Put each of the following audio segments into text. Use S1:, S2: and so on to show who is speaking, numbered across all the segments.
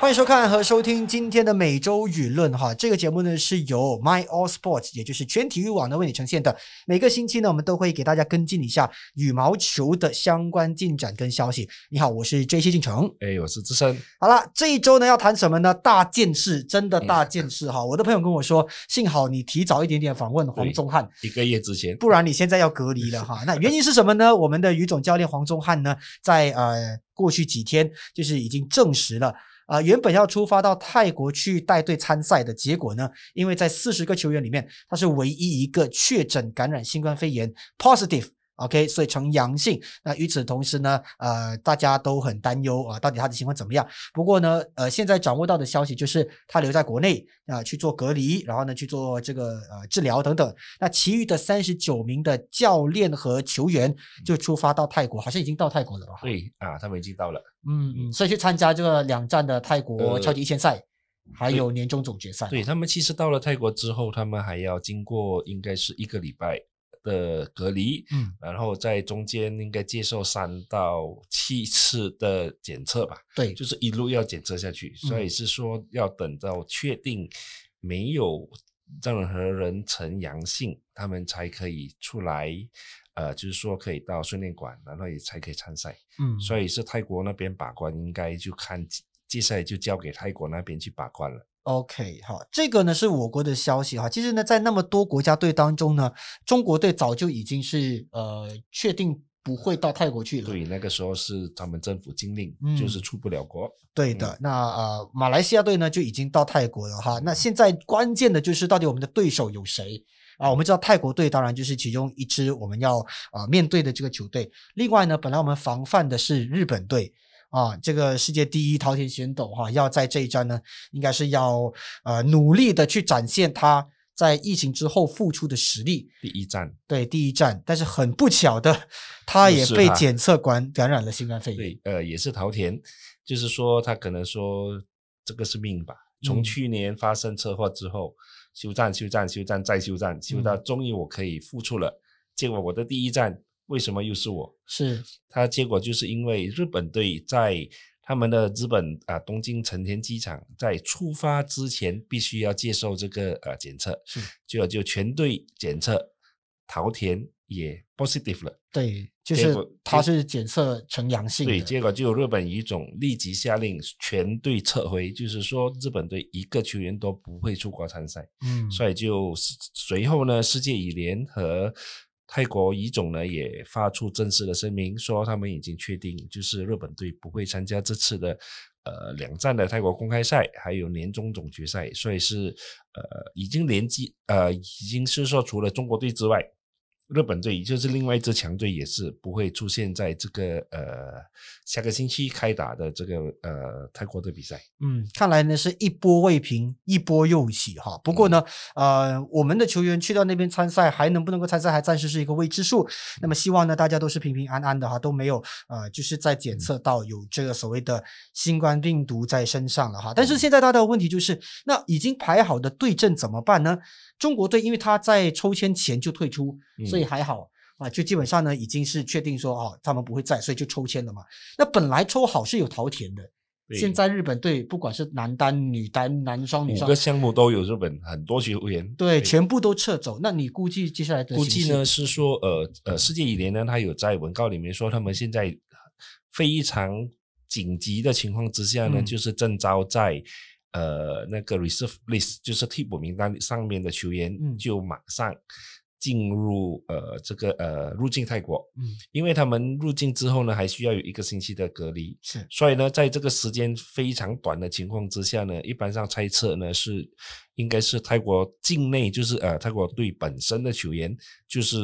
S1: 欢迎收看和收听今天的每周舆论哈，这个节目呢是由 My All Sports，也就是全体育网呢为你呈现的。每个星期呢，我们都会给大家跟进一下羽毛球的相关进展跟消息。你好，我是 J C 进程。
S2: 哎，我是自身，
S1: 好了，这一周呢要谈什么呢？大件事，真的大件事哈！我的朋友跟我说，幸好你提早一点点访问黄宗汉，
S2: 一个月之前
S1: 不然你现在要隔离了哈。那原因是什么呢？我们的于总教练黄宗汉呢，在呃过去几天就是已经证实了。啊、原本要出发到泰国去带队参赛的，结果呢，因为在四十个球员里面，他是唯一一个确诊感染新冠肺炎 positive。OK，所以呈阳性。那与此同时呢，呃，大家都很担忧啊，到底他的情况怎么样？不过呢，呃，现在掌握到的消息就是他留在国内啊、去做隔离，然后呢去做这个呃治疗等等。那其余的三十九名的教练和球
S2: 嗯
S1: 员就出发到泰国，好像已经到泰国了吧？
S2: 对啊，他们已经到了，
S1: 嗯嗯，所以去参加这个两站的泰国
S2: 呃
S1: 超级一千赛，还
S2: 对
S1: 有年终总决赛。
S2: 对他们其实到了泰国之后，他们还要经过应该是一个礼拜的隔离，
S1: 嗯，
S2: 然后在中间应该接受三到七次的检测吧，
S1: 对，
S2: 就是一路要检测下去，所
S1: 嗯
S2: 以是说要等到确定没有任何人呈阳性，他们才可以出来。呃，就是说可以到训练馆，然后也才可以参赛。
S1: 嗯，
S2: 所以是泰国那边把关，应该就看接下来就交给泰国那边去把关了。
S1: OK，好，这个呢是我国的消息哈。其实呢，在那么多国家队当中呢，中国队早就已经是呃确定不会到泰国去了。
S2: 对，那个时候是他们政府禁令，
S1: 嗯
S2: 就是出不了国。
S1: 对的，那呃，马来西亚队呢就已经到泰国了哈。那现在关键的就是到底我们的对手有谁啊？我们知道泰国队当然就是其中一支我们要啊、呃面对的这个球队。另外呢，本来我们防范的是日本队啊，这个世界第一桃田选斗哈，要在这一站呢，应该是要呃努力的去展现他在疫情之后复出的实力。
S2: 第一站，
S1: 对第一站，但是很不巧的，他
S2: 又
S1: 也
S2: 是
S1: 被
S2: 他
S1: 检测感感染了新冠肺炎。
S2: 对，呃，也是桃田，就是说他可能说这个是命吧。从
S1: 嗯
S2: 去年发生车祸之后，休战、休战、休战再休战，休
S1: 嗯
S2: 到终于我可以复出了。结果我的第一站为什么又是我？
S1: 是，
S2: 他结果就是因为日本队在他们的日本啊、东京成田机场在出发之前必须要接受这个呃检测，
S1: 是
S2: 就就全队检测，桃田也 positive 了，
S1: 对，就
S2: 结
S1: 是
S2: 果
S1: 他
S2: 结
S1: 是检测呈阳性
S2: 对，
S1: 的。
S2: 结果就日本羽总立即下令全队撤回，就是说日本队一个球员都不会出国参赛，
S1: 嗯，
S2: 所以就随后呢，世界羽联和泰国乙总呢也发出正式的声明，说他们已经确定，就是日本队不会参加这次的呃两站的泰国公开赛，还有年终总决赛，所以是呃已经连击呃已经是说除了中国队之外。日本队就是另外一支强队，也是不会出现在这个呃下个星期开打的这个呃泰国的比赛。
S1: 嗯，看来呢是一波未平，一波又起哈。不过呢，呃，我们的球员去到那边参赛，还能不能够参赛，还暂时是一个未知数。那么希望呢，大家都是平平安安的哈，都没有呃，就是在检测到有这个所谓的新冠病毒在身上了哈。但是现在大家的问题就是，那已经排好的对阵怎么办呢？中国队因为他在抽签前就退出，所以
S2: 嗯
S1: 还好。啊，就基本上呢，已经是确定说哦，他们不会在，所以就抽签了嘛。那本来抽好是有桃田的，
S2: 对
S1: 现在日本队不管是男单、女单、男双、女
S2: 五
S1: 双
S2: 个，项目都有日本很多球员，
S1: 对，全部都撤走。那你估计接下来的
S2: 估
S1: 形
S2: 计
S1: 势
S2: 呢？是说，呃呃，世界羽联呢，它有在文告里面说，他们现在非常紧急的情况之下呢，
S1: 嗯
S2: 就是征召在呃那个 reserve list，就是替补名单上面的球员，
S1: 嗯
S2: 就马上进入呃这个呃入境泰国，
S1: 嗯，
S2: 因为他们入境之后呢，还需要有一个星期的隔离，
S1: 是
S2: 所以呢，在这个时间非常短的情况之下呢，一般上猜测呢是应该是泰国境内，就是呃泰国队本身的球员，就是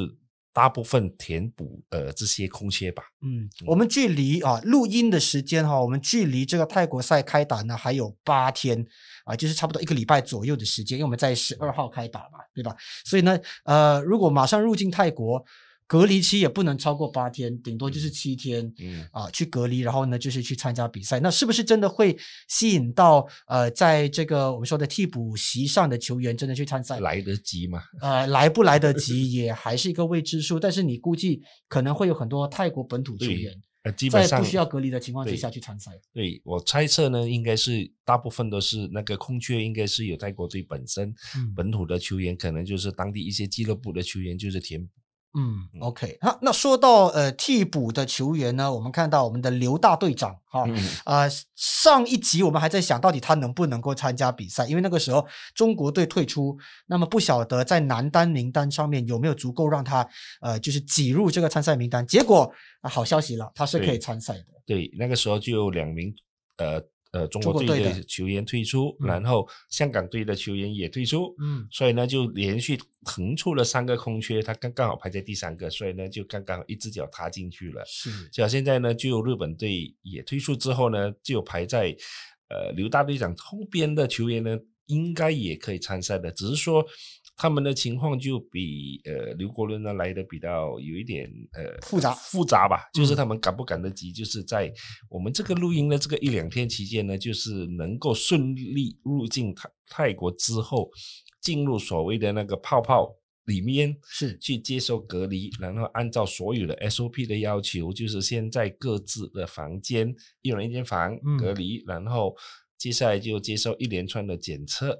S2: 大部分填补呃这些空缺吧。
S1: 嗯，我们距离啊录音的时间哈、我们距离这个泰国赛开打呢还有八天啊，就是差不多一个礼拜左右的时间，因为我们在十
S2: 嗯
S1: 二号开打嘛，对吧？所以呢，呃，如果马上入境泰国，隔离期也不能超过八天，顶多就是七天。
S2: 嗯，
S1: 啊去隔离，然后呢就是去参加比赛，那是不是真的会吸引到呃在这个我们说的替补席上的球员真的去参赛？
S2: 来得及嘛？
S1: 呃，来不来得及也还是一个未知数，但是你估计可能会有很多泰国本土球
S2: 对
S1: 员
S2: 呃，基本
S1: 在
S2: 上
S1: 不需要隔离的情况之
S2: 对
S1: 下去参赛。
S2: 对我猜测呢，应该是大部分都是那个空缺，应该是有泰国队本身、
S1: 嗯
S2: 本土的球员，可能就是当地一些俱乐部的球员就是填补。
S1: 嗯，OK，那那说到呃替补的球员呢，我们看到我们的刘大队长哈，
S2: 嗯
S1: 啊，上一集我们还在想到底他能不能够参加比赛，因为那个时候中国队退出，那么不晓得在男单名单上面有没有足够让他呃就是挤入这个参赛名单。结果、啊、好消息了，他是可以
S2: 对
S1: 参赛的。
S2: 对，那个时候就有两名呃呃中
S1: 中
S2: 国
S1: 国
S2: 队
S1: 队的
S2: 的球员退出，
S1: 嗯
S2: 然后香港队的球员也退出，
S1: 嗯
S2: 所以呢就连续腾出了三个空缺，他刚刚好排在第三个，所以呢就刚刚好一只脚踏进去了。
S1: 是，
S2: 就好现在呢，就日本队也退出之后呢，就排在呃刘大队长后边的球员呢，应该也可以参赛的，只是说他们的情况就比呃刘国伦呢来的比较有一点呃
S1: 复杂
S2: 复杂吧，就是
S1: 嗯
S2: 他们赶不赶得及，就是在我们这个录音的这个一两天期间呢，就是能够顺利入境泰泰国之后，进入所谓的那个泡泡里面。
S1: 是
S2: 去接受隔离，然后按照所有的 SOP 的要求，就是先在各自的房间，一人一间房
S1: 嗯
S2: 隔离，然后接下来就接受一连串的检测，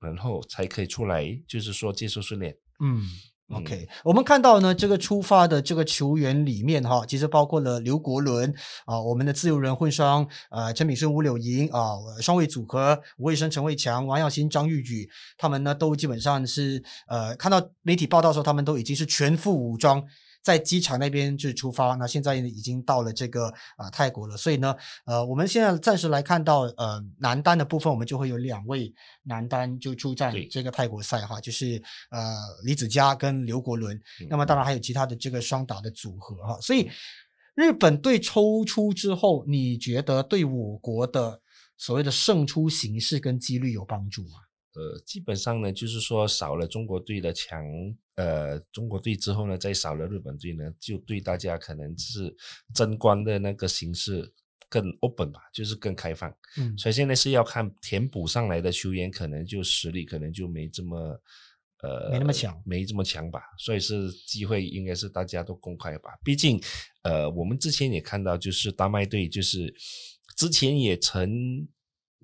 S2: 然后才可以出来，就是说接受训练。
S1: 嗯。
S2: 嗯
S1: OK，我们看到呢，这个出发的这个球员里面哈，其实包括了刘国伦啊、我们的自由人混双啊、呃陈炳顺、吴柳莹啊、双卫组合吴卫生、陈卫强、王耀新、张玉宇，他们呢都基本上是呃，看到媒体报道说他们都已经是全副武装。在机场那边就出发，那现在已经到了这个啊、泰国了，所以呢，呃，我们现在暂时来看到呃男单的部分，我们就会有两位男单就出战
S2: 对
S1: 这个泰国赛哈，就是呃李子嘉跟刘国伦，那么当然还有其他的这个双打的组合哈，所以日本队抽出之后，你觉得对我国的所谓的胜出形势跟几率有帮助吗？
S2: 呃，基本上呢，就是说少了中国队的强，呃，中国队之后呢，再少了日本队呢，就对大家可能是争冠的那个形式更 open 吧，就是更开放。
S1: 嗯
S2: 所以现在是要看填补上来的球员，可能就实力可能就没这么。呃，
S1: 没那么强
S2: 没这么强吧，所以是机会应该是大家都公开吧。毕竟，呃，我们之前也看到，就是丹麦队就是之前也曾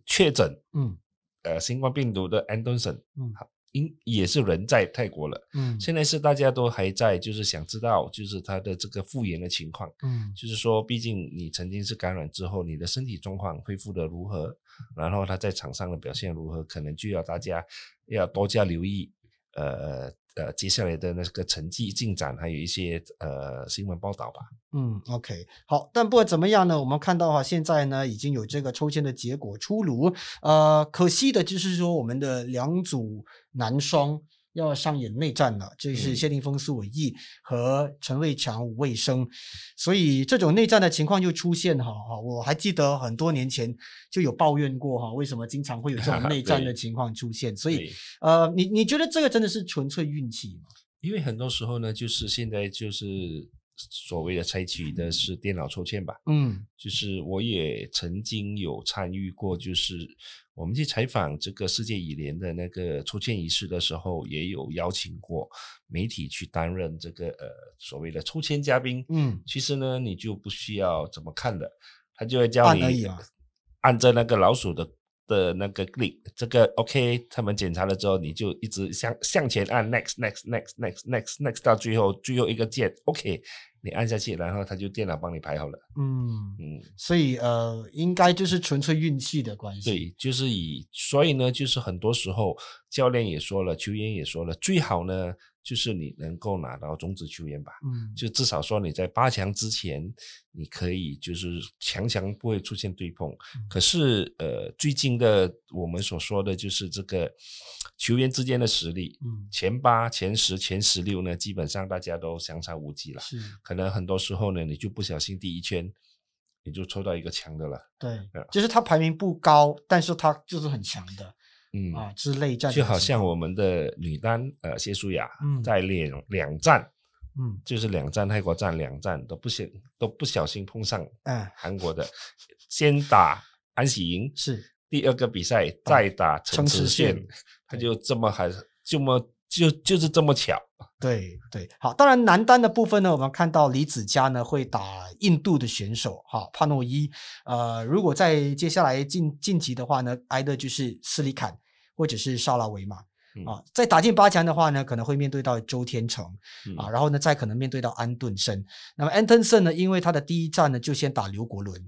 S2: 确诊，
S1: 嗯
S2: 呃新冠病毒的 Anderson，
S1: 嗯
S2: 好，应也是人在泰国了。
S1: 嗯
S2: 现在是大家都还在，就是想知道，就是他的这个复原的情况，
S1: 嗯
S2: 就是说，毕竟你曾经是感染之后，你的身体状况恢复的如何，然后他在场上的表现如何，可能就要大家要多加留意，呃呃，接下来的那个成绩进展，还有一些呃新闻报道吧。
S1: 嗯，OK，好，但不管怎么样呢，我们看到哈、现在呢已经有这个抽签的结果出炉，呃，可惜的就是说我们的两组男双要上演内战了，这是
S2: 嗯
S1: 谢霆锋、苏伟毅和陈伟强、吴卫生，所以这种内战的情况就出现哈哈，我还记得很多年前就有抱怨过哈，为什么经常会有这种内战的
S2: 对
S1: 情况出现，所
S2: 所
S1: 以呃，你你觉得这个真的是纯粹运气吗？
S2: 因为很多时候呢，就是现在就是所谓的采取的是电脑抽签吧。
S1: 嗯
S2: 就是我也曾经有参与过，就是我们去采访这个世界羽联的那个抽签仪式的时候，也有邀请过媒体去担任这个呃所谓的抽签嘉宾。
S1: 嗯
S2: 其实呢，你就不需要怎么看的，他就会教
S1: 按而已啊嘛
S2: 你按着那个老鼠的。的那个 click，这个 OK，他们检查了之后，你就一直向向前按 next next next next next next 到最后最后一个键 OK，你按下去，然后他就电脑帮你排好了。
S1: 嗯。
S2: 嗯，
S1: 所以呃，应该就是纯粹运气的关系。
S2: 对，就是以，所以呢，就是很多时候教练也说了，球员也说了，最好呢就是你能够拿到种子球员吧，
S1: 嗯，
S2: 就至少说你在八强之前，你可以就是强强不会出现对碰。
S1: 嗯
S2: 可是呃，最近的我们所说的就是这个球员之间的实力，
S1: 嗯
S2: 前八、前十、前十六呢，基本上大家都相差无几了。
S1: 是
S2: 可能很多时候呢，你就不小心第一圈你就抽到一个强的了。
S1: 对
S2: 对啊，
S1: 就是他排名不高，但是他就是很强的
S2: 嗯
S1: 啊之类战的情况，
S2: 就好像我们的女单呃谢淑雅，
S1: 嗯
S2: 在两两站
S1: 嗯
S2: 就是两站泰国站两站都不小都不小心碰上
S1: 嗯
S2: 韩国的，先打安喜莹，
S1: 是
S2: 第二个比赛再打
S1: 城
S2: 池
S1: 池
S2: 县
S1: 县，
S2: 他就这么还这么就就是这么巧。
S1: 对对，好，当然男单的部分呢，我们看到李子嘉呢会打印度的选手哈帕诺伊，呃，如果在接下来晋晋级的话呢，挨的就是斯里坎或者是沙拉维马
S2: 嗯
S1: 啊，再打进八强的话呢，可能会面对到周天成
S2: 嗯
S1: 啊，然后呢再可能面对到安顿生，那么安顿生呢，因为他的第一站呢就先打刘国伦。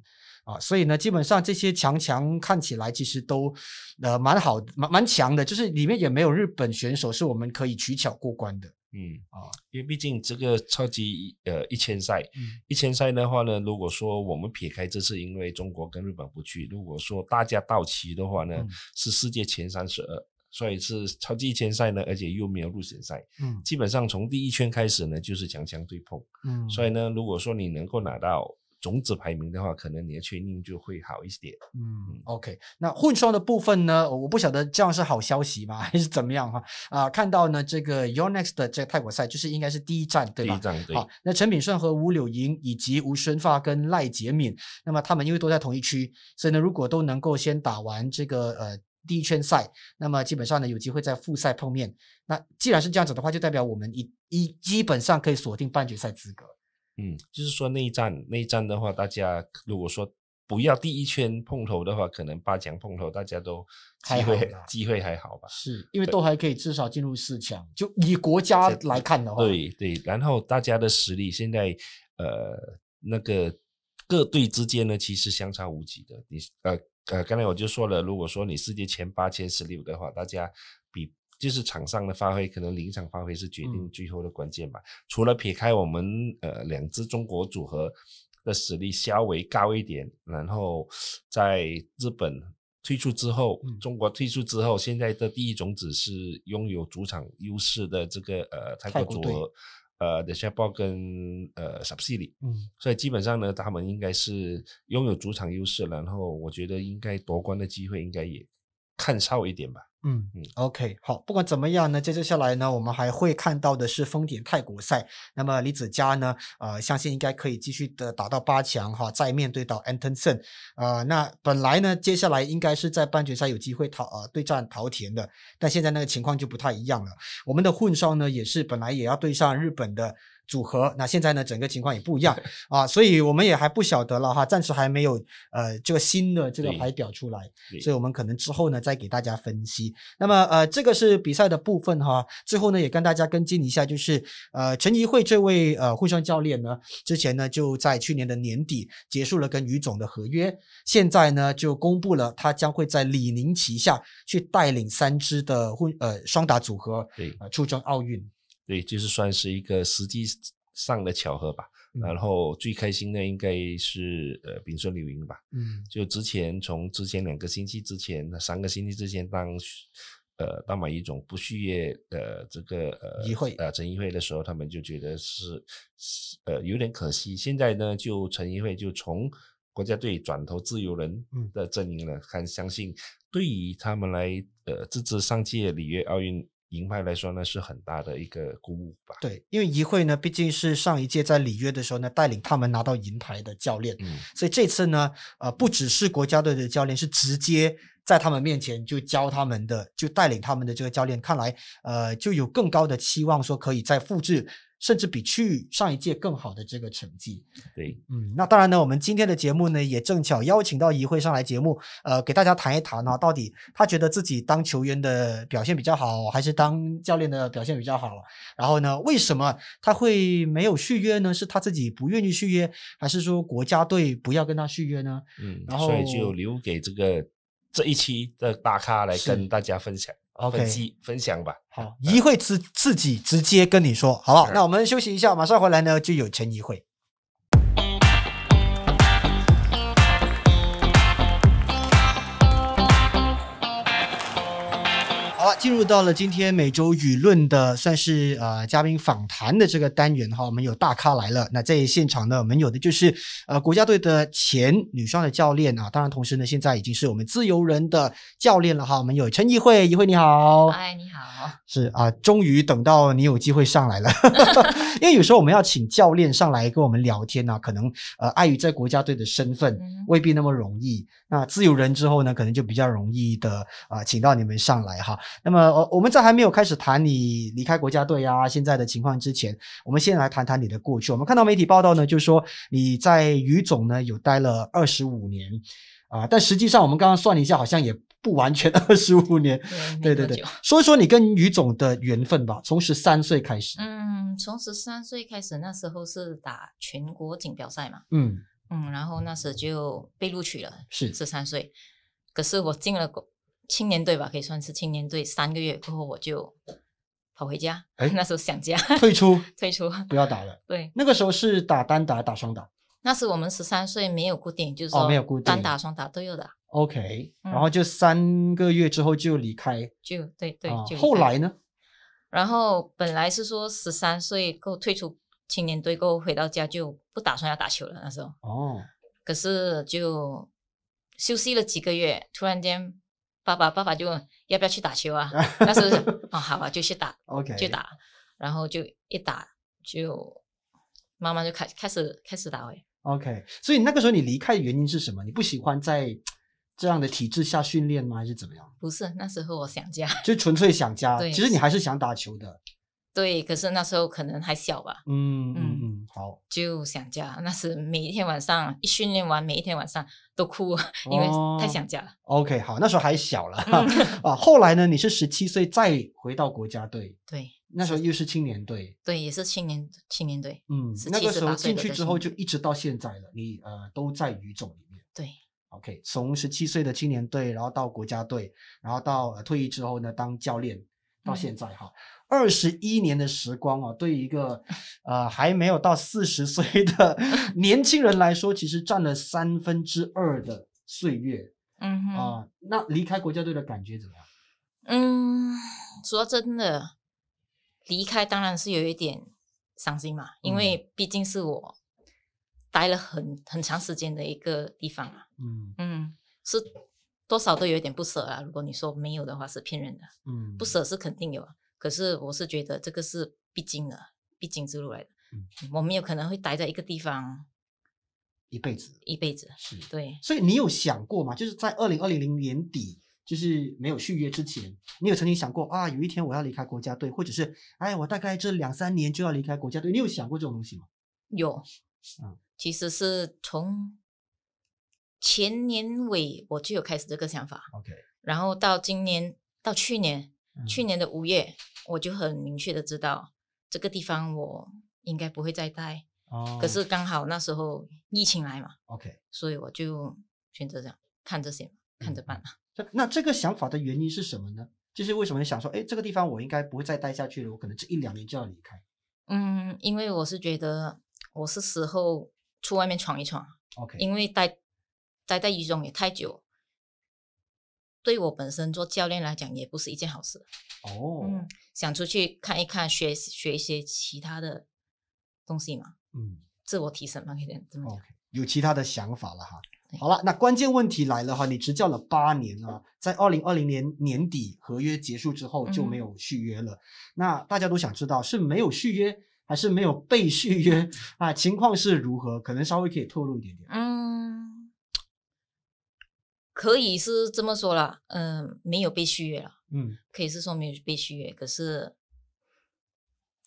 S1: 啊，所以呢，基本上这些强强看起来其实都，呃，蛮好，蛮蛮强的，就是里面也没有日本选手是我们可以取巧过关的。
S2: 嗯
S1: 啊，
S2: 因为毕竟这个超级呃一千赛，
S1: 嗯
S2: 一千赛的话呢，如果说我们撇开这次因为中国跟日本不去，如果说大家到齐的话呢，
S1: 嗯
S2: 是世界前三十二，所以是超级一千赛呢，而且又没有入选赛，
S1: 嗯
S2: 基本上从第一圈开始呢就是强强对碰，
S1: 嗯，
S2: 所以呢，如果说你能够拿到种子排名的话，可能你的确定就会好一点。
S1: 嗯，OK，那混双的部分呢，我不晓得这样是好消息吗， 还是怎么样哈？啊、看到呢这个 Yonex 的这个泰国赛，就是应该是第一站对
S2: 第
S1: 吧
S2: 一？站对，
S1: 好，那陈炳顺和吴柳莹以及吴申发跟赖杰敏，那么他们因为都在同一区，所以呢，如果都能够先打完这个呃第一圈赛，那么基本上呢有机会在复赛碰面。那既然是这样子的话，就代表我们一一基本上可以锁定半决赛资格。
S2: 嗯，就是说内战内战的话，大家如果说不要第一圈碰头的话，可能八强碰头大家都
S1: 还
S2: 机
S1: 好
S2: 会
S1: 啦
S2: 机会还好吧。
S1: 是因为
S2: 对
S1: 都还可以至少进入四强，就以国家
S2: 这
S1: 来看的话，
S2: 对对，然后大家的实力现在呃那个各队之间呢，其实相差无几的。你呃呃，刚才我就说了，如果说你世界前八、前十六的话，大家比。就是场上的发挥，可能临场发挥是决定
S1: 嗯
S2: 最后的关键吧。除了撇开我们呃两支中国组合的实力稍微高一点，然后在日本退出之后，
S1: 嗯
S2: 中国退出之后，现在的第一种子是拥有主场优势的这个呃
S1: 泰
S2: 泰
S1: 国
S2: 国
S1: 队
S2: 组合，呃 The s h a p o 跟呃 s u b s i d y
S1: 嗯
S2: 所以基本上呢，他们应该是拥有主场优势，然后我觉得应该夺冠的机会应该也看少一点吧。
S1: 嗯
S2: 嗯
S1: ，OK，好，不管怎么样呢，接接下来呢，我们还会看到的是丰田泰国赛。那么李子嘉呢，呃，相信应该可以继续的打到八强哈，再面对到 Antonsen。呃，那本来呢，接下来应该是在半决赛有机会淘呃对战桃田的，但现在那个情况就不太一样了。我们的混双呢，也是本来也要对上日本的。组合，那现在呢，整个情况也不一样啊，所以我们也还不晓得了哈，暂时还没有呃这个新的这个
S2: 对
S1: 排表出来。
S2: 对
S1: 所以我们可能之后呢再给大家分析。那么呃，这个是比赛的部分哈。最后呢也跟大家跟进一下，就是呃陈怡慧这位呃混双教练呢，之前呢就在去年的年底结束了跟于总的合约，现在呢就公布了他将会在李宁旗下去带领三支的混呃双打组合
S2: 对
S1: 呃出征奥运。
S2: 对，就是算是一个实际上的巧合吧。
S1: 嗯
S2: 然后最开心的应该是呃炳顺柳莹吧。
S1: 嗯
S2: 就之前从之前两个星期之前、三个星期之前当呃大马一总不续约呃这个呃
S1: 议会
S2: 呃陈议会的时候，他们就觉得是是呃有点可惜。现在呢，就陈议会就从国家队转投自由人
S1: 嗯
S2: 的阵营了，看相信对于他们来呃支持上届里约奥运银牌来说呢，是很大的一个鼓舞吧。
S1: 对，因为怡慧呢，毕竟是上一届在里约的时候呢，带领他们拿到银牌的教练，
S2: 嗯，
S1: 所以这次呢，呃，不只是国家队的教练，是直接在他们面前就教他们的，就带领他们的这个教练，看来呃就有更高的期望，说可以再复制，甚至比去上一届更好的这个成绩。
S2: 对，
S1: 嗯，那当然呢，我们今天的节目呢，也正巧邀请到怡慧上来节目，呃，给大家谈一谈啊，到底她觉得自己当球员的表现比较好，还是当教练的表现比较好？然后呢，为什么她会没有续约呢？是她自己不愿意续约，还是说国家队不要跟她续约呢？
S2: 嗯，
S1: 然
S2: 所以
S1: 后
S2: 就留给这个这一期的大咖来
S1: 是
S2: 跟大家分享。
S1: OK，
S2: 分析分享吧。
S1: 好，怡慧自自己直接跟你说，好不好？
S2: 是
S1: 那我们休息一下，马上回来呢，就有陈怡慧。好了，进入到了今天每周舆论的算是呃嘉宾访谈的这个单元哈，我们有大咖来了。那在现场呢，我们有的就是呃国家队的前女双的教练啊，当然同时呢，现在已经是我们自由人的教练了哈。我们有陈怡慧，怡慧你好，
S3: 嗨，哎你好。
S1: 是啊，终于等到你有机会上来了， 因为有时候我们要请教练上来跟我们聊天啊，可能呃碍于在国家队的身份
S3: 嗯
S1: 未必那么容易。那自由人之后呢，可能就比较容易的啊、呃请到你们上来哈。那么，呃，我们在还没有开始谈你离开国家队啊现在的情况之前，我们先来谈谈你的过去。我们看到媒体报道呢，就是说你在于总呢有待了二十五年啊、但实际上我们刚刚算了一下，好像也不完全二十五年。对
S3: 没
S1: 对
S3: 多
S1: 对
S3: 久，
S1: 说一说你跟于总的缘分吧，从十三岁开始。
S3: 嗯，从十三岁开始，那时候是打全国锦标赛嘛，
S1: 嗯，
S3: 嗯，然后那时就被录取了，
S1: 是
S3: 十三岁。可是我进了国青年队吧，可以算是青年队，三个月过后我就跑回家，
S1: 哎
S3: 那时候想家
S1: 退出
S3: 退出。
S1: 不要打了。
S3: 对，
S1: 那个时候是打单打打双打
S3: 那时我们十三岁没有固定，就是
S1: 哦
S3: 说
S1: 没有固定
S3: 单打双打都有打，
S1: ，OK，、
S3: 嗯
S1: 然后就三个月之后就离开。
S3: 就对对
S1: 啊，
S3: 就离
S1: 后
S3: 开
S1: 来呢？
S3: 然后本来是说十三岁够退出青年队，够回到家就不打算要打球了。那时候，
S1: 哦，
S3: 可是就休息了几个月，突然间爸爸爸爸就要不要去打球啊？那时候就哦好啊，就去打
S1: OK，
S3: 就打，然后就一打就慢慢就开开始开始打回。
S1: OK，所以那个时候你离开的原因是什么？你不喜欢在这样的体制下训练吗？还是怎么样？
S3: 不是那时候我想家，
S1: 就纯粹想家，
S3: 对
S1: 其实你还是想打球的。
S3: 对，可是那时候可能还小吧，
S1: 嗯嗯
S3: 嗯
S1: 嗯，好，
S3: 就想家。那时每一天晚上一训练完，每一天晚上都哭，啊因为太想家了。
S1: OK，好，那时候还小了、
S3: 嗯
S1: 啊。后来呢，你是十七岁再回到国家队，
S3: 对
S1: 那时候又是青年队，
S3: 对，也是青年青年队，
S1: 嗯，
S3: 17
S1: 那个时候
S3: 18岁
S1: 进
S3: 的
S1: 去
S3: 在
S1: 之后
S3: 青
S1: 就一直到现在了，你呃都在语总里面。
S3: 对
S1: OK，从十七岁的青年队，然后到国家队，然后到、呃、退役之后呢，当教练，到
S3: 嗯
S1: 现在哈，二十一年的时光啊，对于一个呃还没有到四十岁 的年轻人来说，其实占了三分之二的岁月
S3: 嗯哼，
S1: 啊、那离开国家队的感觉怎么样？
S3: 嗯，说真的，离开当然是有一点伤心嘛，因为毕竟是我待了很很长时间的一个地方嘛，
S1: 嗯
S3: 嗯，是多少都有一点不舍啊。如果你说没有的话，是骗人的，
S1: 嗯，
S3: 不舍是肯定有啊，可是我是觉得这个是必经的，必经之路来的
S1: 嗯，
S3: 我们有可能会待在一个地方
S1: 一辈子
S3: 一辈子，
S1: 是。
S3: 对，
S1: 所以你有想过吗？就是在二零二零零年底，就是没有续约之前，你有曾经想过啊，有一天我要离开国家队，或者是哎，我大概这两三年就要离开国家队，你有想过这种东西吗？
S3: 有
S1: 嗯，
S3: 其实是从前年尾我就有开始这个想法。
S1: OK，
S3: 然后到今年到去年，
S1: 嗯
S3: 去年的五月，我就很明确的知道这个地方我应该不会再待。
S1: 哦
S3: 可是刚好那时候疫情来嘛，
S1: OK，
S3: 所以我就选择这样看着写，看着办吧。
S1: 这那这个想法的原因是什么呢？就是为什么你想说，哎，这个地方我应该不会再待下去了，我可能这一两年就要离开。
S3: 嗯，因为我是觉得我是时候出外面闯一闯，
S1: OK，
S3: 因为待待在雨中也太久。对我本身做教练来讲，也不是一件好事。
S1: 哦，
S3: 嗯，想出去看一看，学学一些其他的东西嘛。
S1: 嗯
S3: 自我提升嘛，可以这样这么讲。
S1: ，OK，有其他的想法了哈。
S3: 对
S1: 好了，那关键问题来了哈，你执教了八年啊，在二零二零年年底合约结束之后就没
S3: 嗯
S1: 有续约了。那大家都想知道是没有续约还是没有被续约 啊？情况是如何？可能稍微可以透露一点点。
S3: 嗯，可以是这么说啦，嗯、没有被续约了，
S1: 嗯
S3: 可以是说没有被续约，可是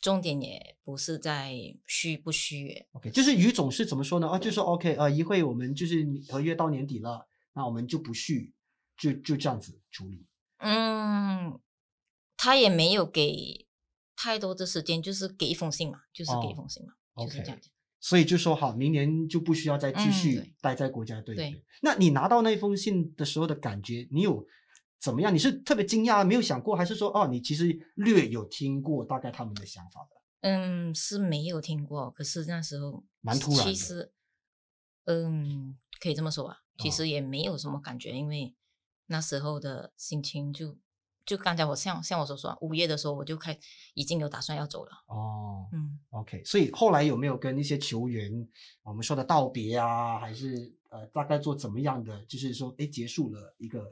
S3: 重点也不是在续不续约，
S1: ，OK，就是于总是怎么说呢？啊，就说 OK，呃，一会我们就是合约到年底了，那我们就不续，就就这样子处理。
S3: 嗯，他也没有给太多的时间，就是给一封信嘛，就是给一
S1: 哦
S3: 封信嘛，就是这
S1: OK，
S3: 样子。
S1: 所以就说好，明年就不需要再继
S3: 嗯
S1: 续
S3: 对
S1: 待在国家队里
S3: 对
S1: 面。那你拿到那封信的时候的感觉，你有怎么样？你是特别惊讶，没有想过，还是说哦，你其实略有听过大概他们的想法的？
S3: 嗯，是没有听过，可是那时候
S1: 蛮
S3: 其
S1: 突然的
S3: 其实，嗯，可以这么说吧，其
S1: 哦
S3: 实也没有什么感觉，因为那时候的心情就就刚才我像像我所说啊，五月的时候我就开已经有打算要走了，
S1: 哦
S3: 嗯，
S1: ，OK。所以后来有没有跟一些球员我们说的道别啊，还是呃大概做怎么样的？就是说，哎，结束了一个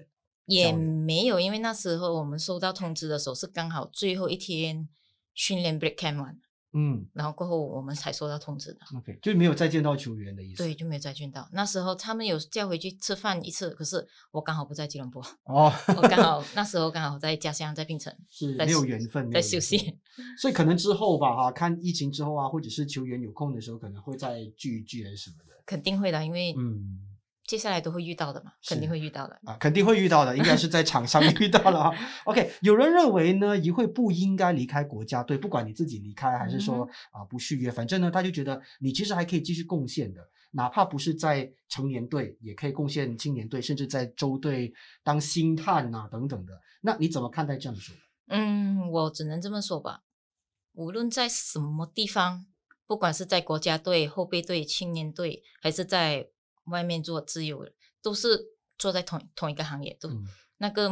S3: 也
S1: 交流
S3: 没有，因为那时候我们收到通知的时候是刚好最后一天训练 break camp 完，
S1: 嗯
S3: 然后过后我们才收到通知的。
S1: ，OK，就是没有再见到球员的意思。
S3: 对，，就没有再见到。那时候他们有叫回去吃饭一次，可是我刚好不在吉隆坡，
S1: 哦，
S3: 我刚好那时候刚好在家乡，在槟城，
S1: 是
S3: 在
S1: 没有
S3: 休
S1: 缘分，没有
S3: 在
S1: 缘
S3: 休
S1: 分
S3: 息。
S1: 所以可能之后吧，哈、看疫情之后啊，或者是球员有空的时候，可能会再聚一聚还是什么的。
S3: 肯定会的，因为
S1: 嗯，
S3: 接下来都会遇到的嘛，肯定
S1: 是
S3: 会遇到的。
S1: 啊，肯定会遇到的，应该是在场上遇到了哈。OK，有人认为呢，一会不应该离开国家队，不管你自己离开还是说
S3: 嗯
S1: 啊不续约，反正呢，他就觉得你其实还可以继续贡献的，哪怕不是在成年队，也可以贡献青年队，甚至在州队当星探呐、等等的。那你怎么看待这样说？
S3: 嗯，我只能这么说吧。无论在什么地方，不管是在国家队、后备队、青年队，还是在外面做自由的，都是做在同同一个行业，都、
S1: 嗯
S3: 那个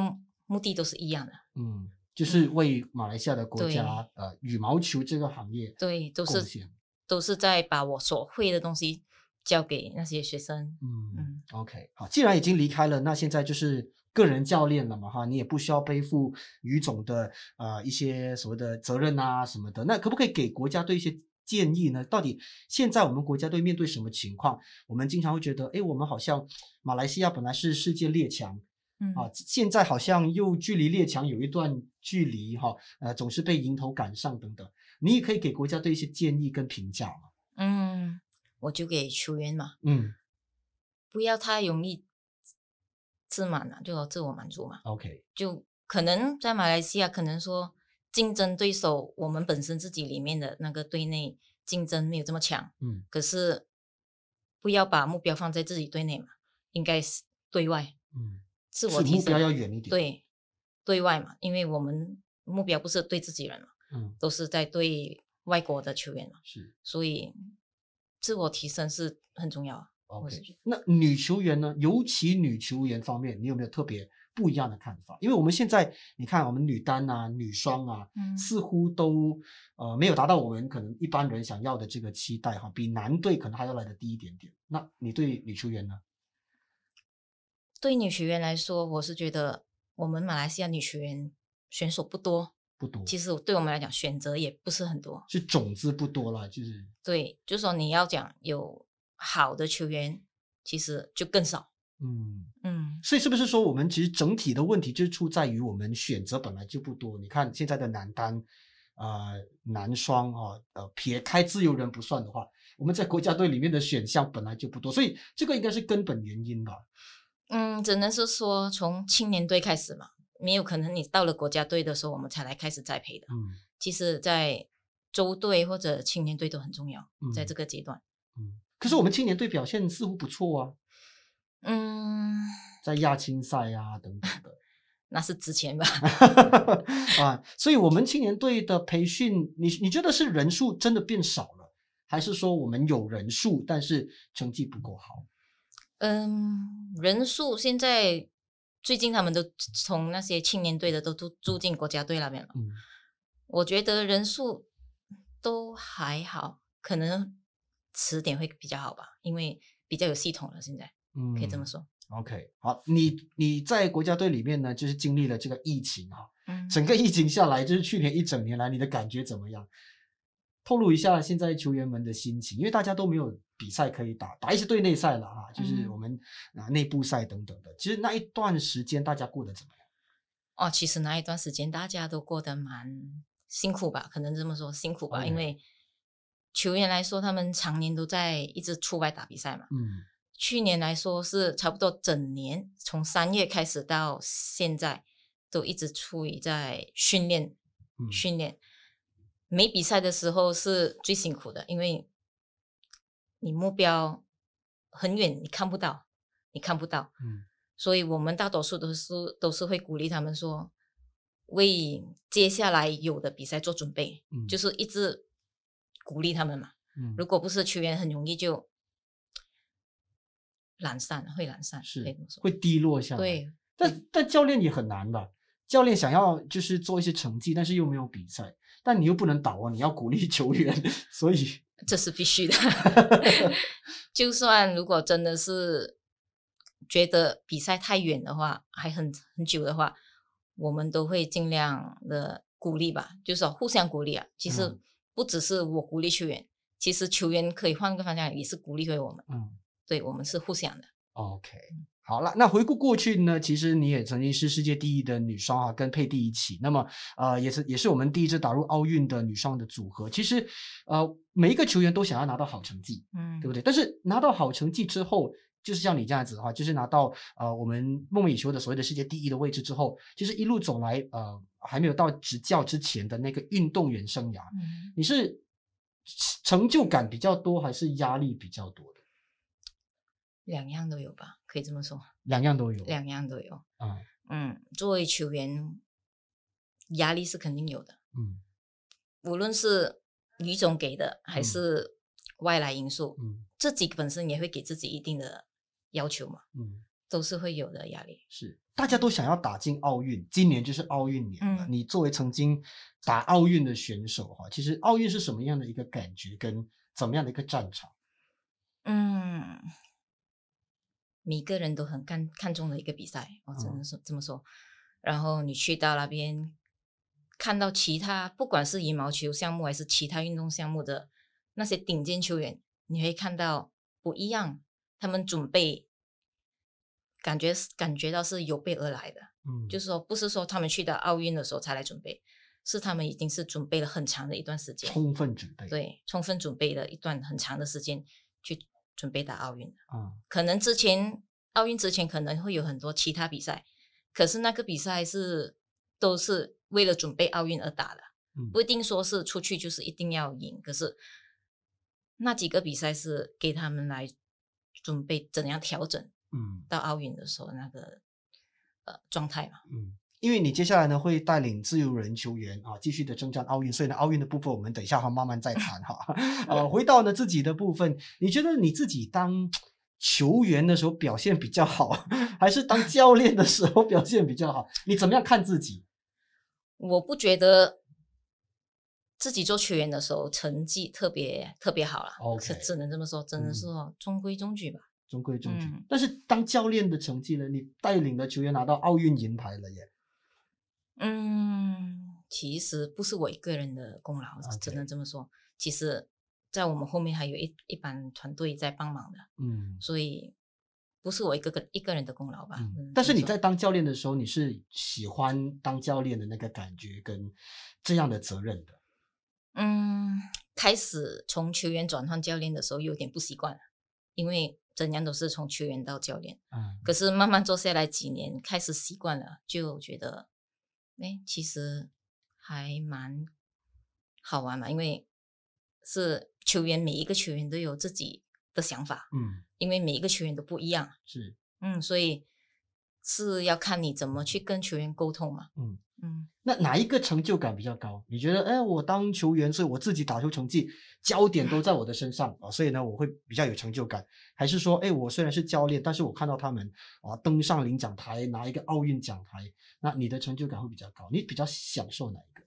S3: 目的都是一样的。
S1: 嗯，就是为马来西亚的国
S3: 对
S1: 家呃羽毛球这个行业
S3: 对，都
S1: 贡
S3: 是
S1: 献。
S3: 都是在把我所会的东西教给那些学生。
S1: 嗯
S3: 嗯，
S1: ，OK，好，既然已经离开了，那现在就是个人教练了嘛，哈，你也不需要背负于总的呃一些所谓的责任啊什么的。那可不可以给国家队一些建议呢？到底现在我们国家队面对什么情况？我们经常会觉得，诶，我们好像马来西亚本来是世界列强
S3: 嗯
S1: 啊，现在好像又距离列强有一段距离哈，呃，总是被迎头赶上等等。你也可以给国家队一些建议跟评价嘛。
S3: 嗯，我就给球员嘛，
S1: 嗯
S3: 不要太容易自满啊了，就要自我满足嘛。
S1: ，OK，
S3: 就可能在马来西亚，可能说竞争对手，我们本身自己里面的那个队内竞争没有这么强，
S1: 嗯
S3: 可是不要把目标放在自己队内嘛，应该是对外
S1: 嗯，
S3: 自我
S1: 是
S3: 提
S1: 目标
S3: 升，
S1: 要远一点。，
S3: 对对外嘛，因为我们目标不是对自己人嘛，
S1: 嗯，
S3: 都是在对外国的球员嘛，
S1: 是。
S3: 所以自我提升是很重要啊。我
S1: OK，
S3: 是觉得
S1: 那女球员呢？尤其女球员方面，你有没有特别不一样的看法？因为我们现在你看，我们女单啊、女双啊，
S3: 嗯
S1: 似乎都呃没有达到我们可能一般人想要的这个期待哈，比男队可能还要来的低一点点。那你对女球员呢？
S3: 对女学员来说，我是觉得我们马来西亚女学员选手不多，
S1: 不多，
S3: 其实对我们来讲，选择也不是很多。
S1: 是种子不多啦，就是
S3: 对，就说你要讲有好的球员，其实就更少。
S1: 嗯。
S3: 嗯，
S1: 所以是不是说我们其实整体的问题就是出在于我们选择本来就不多？你看现在的男单、呃男双啊，呃撇开自由人不算的话，我们在国家队里面的选项本来就不多，所以这个应该是根本原因吧？
S3: 嗯，只能是说从青年队开始嘛，没有可能你到了国家队的时候，我们才来开始栽培的。
S1: 嗯
S3: 其实，在州队或者青年队都很重要，在
S1: 嗯
S3: 这个阶段。
S1: 嗯。可是我们青年队表现似乎不错啊，
S3: 嗯，
S1: 在亚青赛啊等等的。
S3: 那是之前吧。
S1: 啊，所以我们青年队的培训，你你觉得是人数真的变少了，还是说我们有人数，但是成绩不够好？
S3: 嗯，人数现在最近他们都从那些青年队的都都住进国家队那边了。
S1: 嗯
S3: 我觉得人数都还好，可能迟点会比较好吧，因为比较有系统了。现在
S1: 嗯
S3: 可以这么说，
S1: OK，好，你你在国家队里面呢，就是经历了这个疫情啊，
S3: 嗯，
S1: 整个疫情下来，就是去年一整年来，你的感觉怎么样？透露一下现在球员们的心情，因为大家都没有比赛可以打，打一些队内赛了啊，就是
S3: 嗯
S1: 我们啊内部赛等等的。其实那一段时间大家过得怎么样？
S3: 哦，其实那一段时间大家都过得蛮辛苦吧，可能这么说辛苦吧，因
S1: OK
S3: 为球员来说，他们常年都在一直出外打比赛嘛。
S1: 嗯
S3: 去年来说是差不多整年，从三月开始到现在，都一直处于在训练
S1: 嗯
S3: 训练。没比赛的时候是最辛苦的，因为你目标很远，你看不到，你看不到。
S1: 嗯
S3: 所以我们大多数都是都是会鼓励他们说，为接下来有的比赛做准备，
S1: 嗯
S3: 就是一直鼓励他们嘛。
S1: 嗯
S3: 如果不是球员，很容易就懒散，会懒散，
S1: 是
S3: 可以这么说。
S1: 会低落下来，，
S3: 对，
S1: 但但教练也很难吧？教练想要就是做一些成绩，但是又没有比赛，但你又不能倒啊，你要鼓励 球员，所以
S3: 这是必须的。 就算如果真的是觉得比赛太远的话，还很很久的话，我们都会尽量的鼓励吧，就是说互相鼓励啊。其实
S1: 嗯
S3: 不只是我鼓励球员，其实球员可以换个方向，也是鼓励回我们。
S1: 嗯
S3: 对我们是互相的。
S1: ，OK，好了，那回顾过去呢，其实你也曾经是世界第一的女双啊，跟佩蒂一起，那么呃，也是也是我们第一支打入奥运的女双的组合。其实呃，每一个球员都想要拿到好成绩，
S3: 嗯
S1: 对不对？但是拿到好成绩之后，就是像你这样子的话，就是拿到呃我们梦寐以求的所谓的世界第一的位置之后，就是一路走来呃还没有到执教之前的那个运动员生涯，
S3: 嗯
S1: 你是成就感比较多还是压力比较多的？
S3: 两样都有吧，可以这么说，
S1: 两样都有。
S3: 两样都有。
S1: 啊
S3: 嗯，作为球员，压力是肯定有的，
S1: 嗯
S3: 无论是于总给的还
S1: 嗯
S3: 是外来因素，
S1: 嗯
S3: 自己本身也会给自己一定的要求嘛，
S1: 嗯，
S3: 都是会有的压力。
S1: 是大家都想要打进奥运，今年就是奥运年了。
S3: 嗯
S1: 你作为曾经打奥运的选手哈，其实奥运是什么样的一个感觉，跟怎么样的一个战场？
S3: 嗯，每个人都很看看重的一个比赛，我只
S1: 嗯
S3: 能说这么说。然后你去到那边，看到其他不管是羽毛球项目还是其他运动项目的那些顶尖球员，你会看到不一样，他们准备感觉是感觉到是有备而来的，
S1: 嗯，
S3: 就是说不是说他们去到奥运的时候才来准备，是他们已经是准备了很长的一段时间。
S1: 充分准备。
S3: 对，充分准备了一段很长的时间去准备打奥运。
S1: 啊，
S3: 可能之前奥运之前可能会有很多其他比赛，可是那个比赛是都是为了准备奥运而打的，
S1: 嗯
S3: 不一定说是出去就是一定要赢。可是那几个比赛是给他们来准备怎样调整
S1: 嗯
S3: 到奥运的时候那个呃状态嘛。
S1: 嗯，因为你接下来呢会带领自由人球员啊继续的征战奥运，所以呢奥运的部分我们等一下哈慢慢再谈哈。呃，回到呢自己的部分，你觉得你自己当球员的时候表现比较好，还是当教练的时候表现比较好？你怎么样看自己？
S3: 我不觉得自己做球员的时候成绩特别特别好啦，
S1: OK 嗯
S3: 是只能这么说，只能说中规中矩吧。
S1: 中规中矩，
S3: 嗯
S1: 但是当教练的成绩呢？你带领了球员拿到奥运银牌了耶！
S3: 嗯，其实不是我一个人的功劳
S1: OK
S3: 只能这么说。其实，在我们后面还有一一班团队在帮忙的，
S1: 嗯
S3: 所以不是我一个个一个人的功劳吧。
S1: 嗯
S3: 嗯，
S1: 但是你
S3: 这么
S1: 在
S3: 说
S1: 当教练的时候，你是喜欢当教练的那个感觉跟这样的责任的。
S3: 嗯开始从球员转换教练的时候有点不习惯，因为怎样都是从球员到教练。
S1: 嗯
S3: 可是慢慢做下来几年，开始习惯了，就觉得，哎，其实还蛮好玩嘛，因为是球员每一个球员都有自己的想法，
S1: 嗯，
S3: 因为每一个球员都不一样，
S1: 是
S3: 嗯，所以是要看你怎么去跟球员沟通嘛，
S1: 嗯
S3: 嗯
S1: 那哪一个成就感比较高？你觉得，哎，我当球员，所以我自己打出成绩，焦点都在我的身上啊、所以呢，我会比较有成就感。还是说，哎，我虽然是教练，但是我看到他们啊登上领奖台，拿一个奥运奖牌，那你的成就感会比较高，你比较享受哪一个？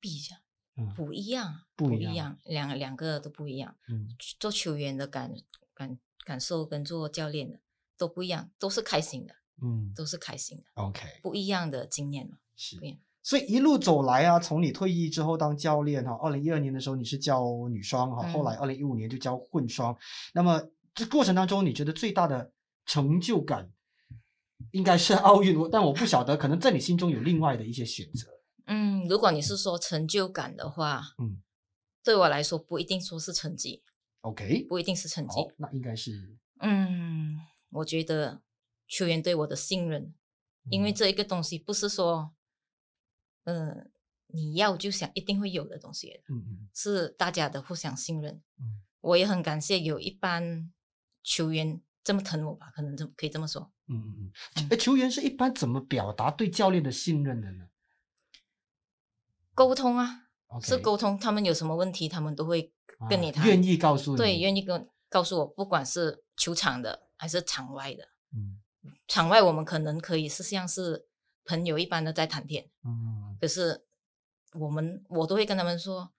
S3: 比一下
S1: 嗯
S3: 不一样，
S1: 不一
S3: 一
S1: 样
S3: 样，两两个都不一样，
S1: 嗯
S3: 做球员的感感感受跟做教练的都不一样，都是开心的，
S1: 嗯
S3: 都是开心的。
S1: ，OK，
S3: 不一样的经验嘛。
S1: 是
S3: 不一样
S1: 所以一路走来啊，从你退役之后当教练哈，二零一二年的时候你是教女双哈，后
S3: 嗯
S1: 来二零一五年就教混双。那么这过程当中，你觉得最大的成就感应该是奥运，我但我不晓得，可能在你心中有另外的一些选择。
S3: 嗯，如果你是说成就感的话，
S1: 嗯，
S3: 对我来说不一定说是成绩，
S1: OK，
S3: 不一定是成绩
S1: 好。，那应该是
S3: 嗯，我觉得球员对我的信任，因为
S1: 嗯
S3: 这一个东西不是说，嗯、你要就想一定会有的东西，
S1: 嗯嗯
S3: 是大家的互相信任。
S1: 嗯
S3: 我也很感谢有一班球员这么疼我吧，可能这么可以这么说。
S1: 嗯嗯嗯。哎，球员是一般怎么表达对教练的信任的呢
S3: 沟通啊
S1: OK，
S3: 是沟通，他们有什么问题，他们都会跟你
S1: 啊
S3: 谈。
S1: 愿意告诉你，
S3: 对，
S1: 意，
S3: 愿意跟告诉我，不管是球场的还是场外的，
S1: 嗯
S3: 场外我们可能可以是像是朋友一般的在谈天，
S1: 嗯
S3: 可是我们我都会跟他们说，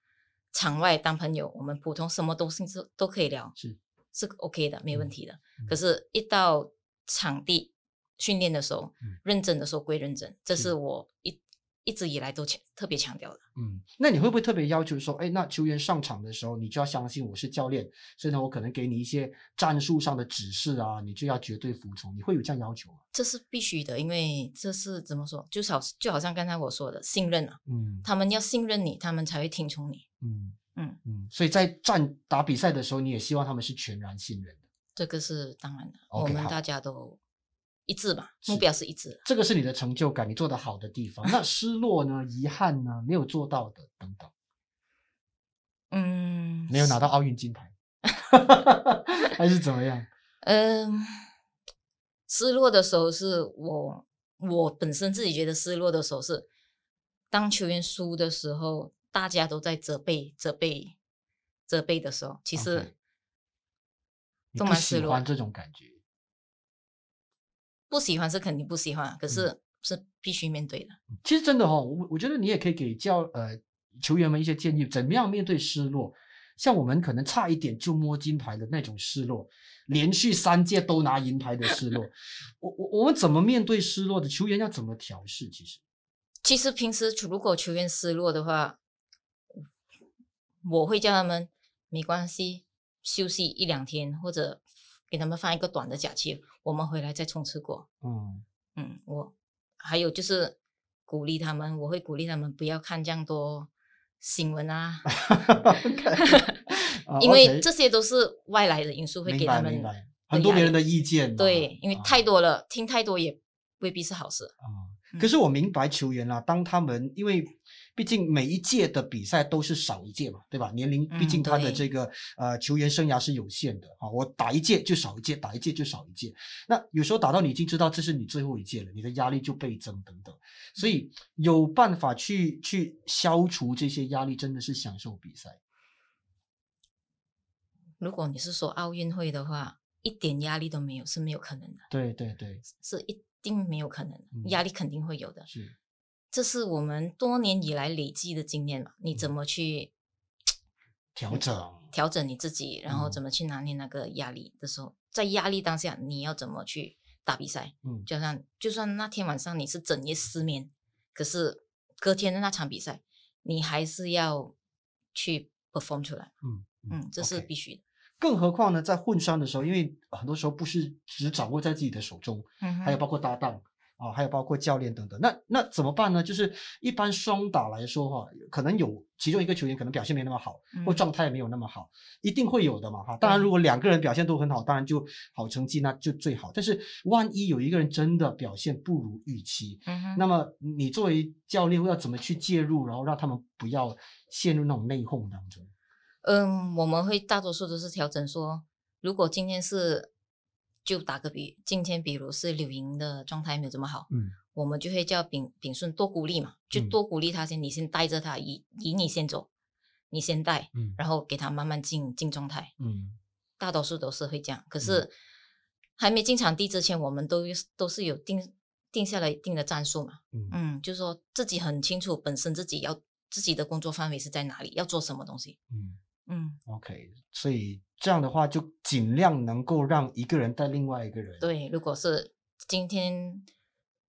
S3: 场外当朋友，我们普通什么东西都都可以聊，
S1: 是
S3: 是 OK 的，没问
S1: 嗯
S3: 题的。
S1: 嗯
S3: 可是，一到场地训练的时候，
S1: 嗯
S3: 认真的时候归认真，这
S1: 是
S3: 是我一一直以来都强特别强调的。
S1: 嗯，那你会不会特别要求说，哎，那球员上场的时候，你就要相信我是教练，所以呢，我可能给你一些战术上的指示啊，你就要绝对服从，你会有这样要求吗？
S3: 这是必须的，因为这是怎么说，就好就好像刚才我说的信任啊，
S1: 嗯
S3: 他们要信任你，他们才会听从你。
S1: 嗯
S3: 嗯，
S1: 嗯，所以在战打比赛的时候，你也希望他们是全然信任的。
S3: 这个是当然的
S1: OK，
S3: 我们
S1: 好
S3: 大家都一致吧，
S1: 是
S3: 目标是一致的。
S1: 这个是你的成就感，你做得好的地方。那失落呢？遗憾呢？没有做到的等等，
S3: 嗯，
S1: 没有拿到奥运金牌， 还是怎么样？
S3: 嗯，失落的时候是我我本身自己觉得失落的时候是，当球员输的时候，大家都在责备、责备、责备的时候，其实
S1: OK 你
S3: 都
S1: 不
S3: 蛮
S1: 喜
S3: 失落
S1: 欢
S3: 的
S1: 这种感觉。
S3: 不喜欢是肯定不喜欢，
S1: 嗯
S3: 可是是必须面对的。
S1: 其实真的哈、哦，我我觉得你也可以给教呃球员们一些建议，怎么样面对失落。像我们可能差一点就摸金牌的那种失落，连续三届都拿银牌的失 落，我我我们怎么面对失落的？球员要怎么调试？其实，
S3: 其实平时如果球员失落的话，我会叫他们没关系，休息一两天，或者给他们放一个短的假期，我们回来再冲刺过。
S1: 嗯
S3: 嗯，我还有就是鼓励他们，我会鼓励他们不要看这样多新闻 啊，
S1: 啊
S3: 因为
S1: OK，
S3: 这些都是外来的因素会
S1: 明
S3: 给
S1: 白
S3: 他们
S1: 明白很多别人的意见嘛，
S3: 对，因为
S1: 啊
S3: 太多了，听太多也未必是好事。
S1: 啊、
S3: 嗯
S1: 可是我明白球员啦，啊当他们因为毕竟每一届的比赛都是少一届嘛，对吧？年龄毕
S3: 嗯
S1: 竟他的
S3: 对
S1: 这个、呃球员生涯是有限的啊，我打一届就少一届，打一届就少一届。那有时候打到你已经知道这是你最后一届了，你的压力就倍增等等。所以有办法去去消除这些压力，真的是享受比赛。
S3: 如果你是说奥运会的话，一点压力都没有是没有可能的，
S1: 对对对，
S3: 是一定没有可能的
S1: 嗯，
S3: 压力肯定会有的。
S1: 是
S3: 这是我们多年以来累积的经验嘛，你怎
S1: 嗯
S3: 么去
S1: 调整。
S3: 调整你自己，然后
S1: 嗯
S3: 怎么去拿捏那个压力的时候，在压力当下，你要怎么去打比赛？
S1: 嗯
S3: 就算就算那天晚上你是整夜失眠，可是隔天的那场比赛，你还是要去 perform 出来。
S1: 嗯
S3: 嗯，这是
S1: OK
S3: 必须的。
S1: 更何况呢，在混双的时候，因为很多时候不是只掌握在自己的手中，
S3: 嗯哼，
S1: 还有包括搭档啊，还有包括教练等等。那那怎么办呢？就是一般双打来说哈，可能有其中一个球员可能表现没那么好，或
S3: 嗯
S1: 状态没有那么好，一定会有的嘛哈。当然，
S3: 对
S1: 如果两个人表现都很好，当然就好成绩那就最好。但是万一有一个人真的表现不如预期，
S3: 嗯哼，
S1: 那么你作为教练要怎么去介入，然后让他们不要陷入那种内讧当中？
S3: 嗯，我们会大多数都是调整说，如果今天是就打个比，今天比如是柳莹的状态没有这么好，
S1: 嗯，
S3: 我们就会叫炳炳顺多鼓励嘛，就
S1: 嗯
S3: 多鼓励他先，你先带着他，以以你先走，你先带，
S1: 嗯
S3: 然后给他慢慢进进状态，
S1: 嗯
S3: 大多数都是会这样。可是还没进场地之前，我们都都是有定定下了一定的战术嘛，
S1: 嗯
S3: 嗯，就说自己很清楚本身自己要自己的工作范围是在哪里，要做什么东西，
S1: 嗯。
S3: 嗯，
S1: OK，所以这样的话就尽量能够让一个人带另外一个人。，
S3: 对。如果是今天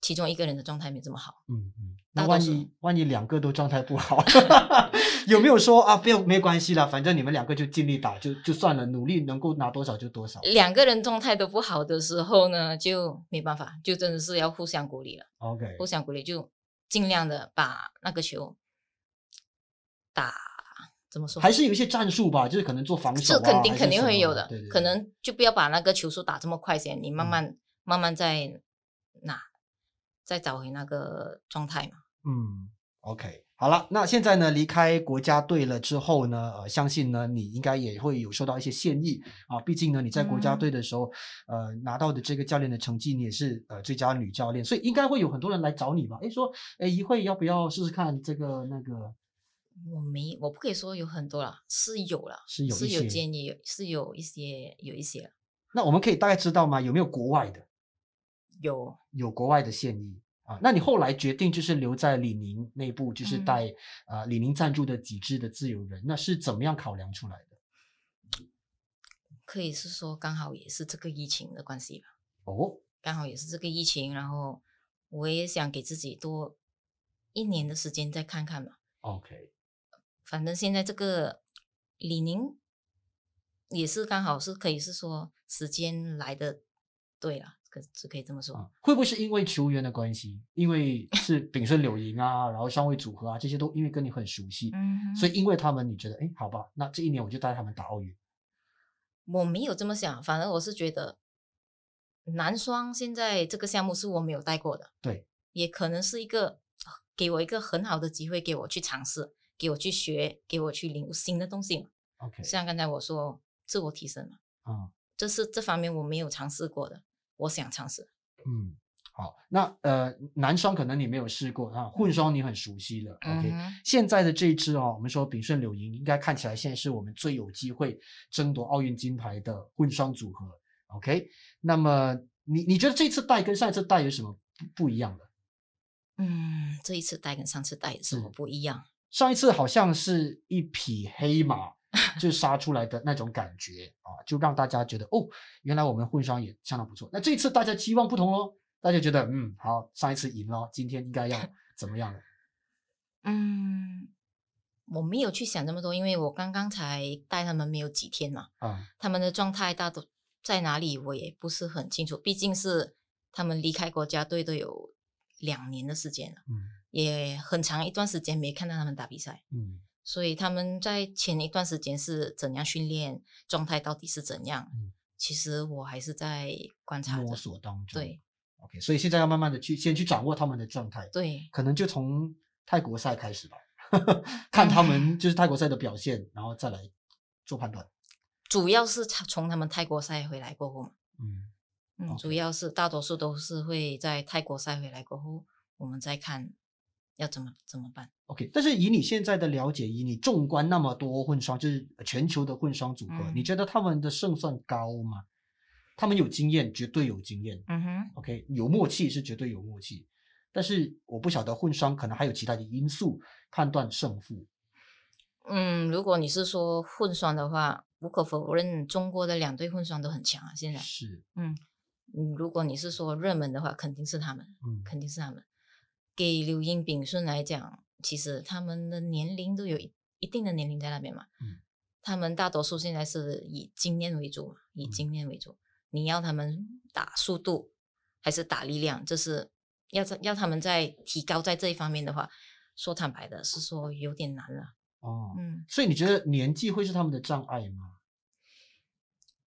S3: 其中一个人的状态没这么好，
S1: 嗯嗯。那
S3: 大
S1: 万
S3: 多数
S1: 一万一两个都状态不 好， 有没有说啊？不要，没关系啦，反正你们两个就尽力打，就就算了，努力能够拿多少就多少。
S3: 两个人状态都不好的时候呢，就没办法，就真的是要互相鼓励了。
S1: OK，
S3: 互相鼓励，就尽量的把那个球打怎么说？
S1: 还是有一些战术吧，就是可能做防守、
S3: 这
S1: 啊，
S3: 肯定
S1: 还是
S3: 肯定
S1: 什
S3: 会
S1: 么
S3: 有
S1: 啊
S3: 的
S1: 对对，嗯
S3: 可
S1: 对
S3: 能就不要把那个球速打这么快先，你慢慢慢慢再拿，再找回那个状态嘛。
S1: 嗯，OK，好了，那现在呢，离开国家队了之后呢，呃，相信呢，你应该也会有受到一些现役啊，毕竟呢，你在国家
S3: 嗯
S1: 队的时候，呃，拿到的这个教练的成绩，你也是呃最佳女教练，所以应该会有很多人来找你吧？诶，说，诶，一会要不要试试看这个那个？
S3: 我没，我不可以说有很多啦，是有啦，
S1: 是有一
S3: 是有
S1: 些
S3: 建议，有是有一些有一些
S1: 那我们可以大概知道吗？有没有国外的？
S3: 有，
S1: 有国外的现役啊？那你后来决定就是留在李宁内部，就是
S3: 嗯
S1: 带、呃李宁赞助的几支的自由人，那是怎么样考量出来的？
S3: 可以是说刚好也是这个疫情的关系吧。
S1: 哦，
S3: 刚好也是这个疫情，然后我也想给自己多一年的时间再看看嘛。
S4: OK，
S3: 反正现在这个李宁也是刚好是可以是说时间来的对了，可只可以这么说。
S1: 啊，会不会是因为球员的关系？因为是丙申柳营啊，然后上位组合啊，这些都因为跟你很熟悉，
S3: 嗯
S1: 所以因为他们，你觉得，哎，好吧，那这一年我就带他们打奥运。
S3: 我没有这么想，反而我是觉得男双现在这个项目是我没有带过的，
S1: 对，
S3: 也可能是一个给我一个很好的机会，给我去尝试，给我去学，给我去领悟新的东西嘛。
S1: OK，
S3: 像刚才我说自我提升嘛，
S1: 啊，
S3: 这是这方面我没有尝试过的，我想尝试。
S1: 嗯，好，那呃，男双可能你没有试过啊，混双你很熟悉了。OK，、
S3: 嗯哼
S1: 现在的这一支啊，我们说炳顺柳莹应该看起来现在是我们最有机会争夺奥运金牌的混双组合。OK，那么你你觉得这次带跟上一次带有什么不不一样的？
S3: 嗯，这一次带跟上次带有什么
S1: 是
S3: 不一样？
S1: 上一次好像是一匹黑马就杀出来的那种感觉啊，就让大家觉得哦，原来我们混双也相当不错。那这一次大家期望不同喽，大家觉得嗯好，上一次赢了，今天应该要怎么样了？
S3: 嗯，我没有去想这么多，因为我刚刚才带他们没有几天嘛。
S1: 啊，
S3: 他们的状态大都在哪里，我也不是很清楚。毕竟是他们离开国家队都有两年的时间了，
S1: 嗯
S3: 也很长一段时间没看到他们打比赛，
S1: 嗯
S3: 所以他们在前一段时间是怎样训练，状态到底是怎样？
S1: 嗯
S3: 其实我还是在观察着
S1: 摸。索当中。
S3: 对
S1: ，OK，所以现在要慢慢的去先去掌握他们的状态，
S3: 对，
S1: 可能就从泰国赛开始吧， 看他们就是泰国赛的表现，然后再来做判断。
S3: 主要是从从他们泰国赛回来过后嘛，
S1: 嗯
S3: 嗯，
S1: OK
S3: 主要是大多数都是会在泰国赛回来过后，我们再看要怎么怎么办。
S1: ，OK，但是以你现在的了解，以你纵观那么多混双，就是全球的混双组合，
S3: 嗯
S1: 你觉得他们的胜算高吗？他们有经验，绝对有经验。
S3: 嗯哼，
S1: OK，有默契是绝对有默契，但是我不晓得混双可能还有其他的因素判断胜负。
S3: 嗯，如果你是说混双的话，无可否认，中国的两队混双都很强啊。现在，
S1: 是，
S3: 嗯，如果你是说热门的话，肯定是他们，
S1: 嗯，
S3: 肯定是他们。给柳英、炳顺来讲，其实他们的年龄都有一一定的年龄在那边嘛。
S1: 嗯。
S3: 他们大多数现在是以经验为主嘛，以
S1: 嗯
S3: 经验为主。你要他们打速度还是打力量，这是要在要他们在提高在这一方面的话，说坦白的是说有点难了。
S1: 哦，
S3: 嗯。
S1: 所以你觉得年纪会是他们的障碍吗？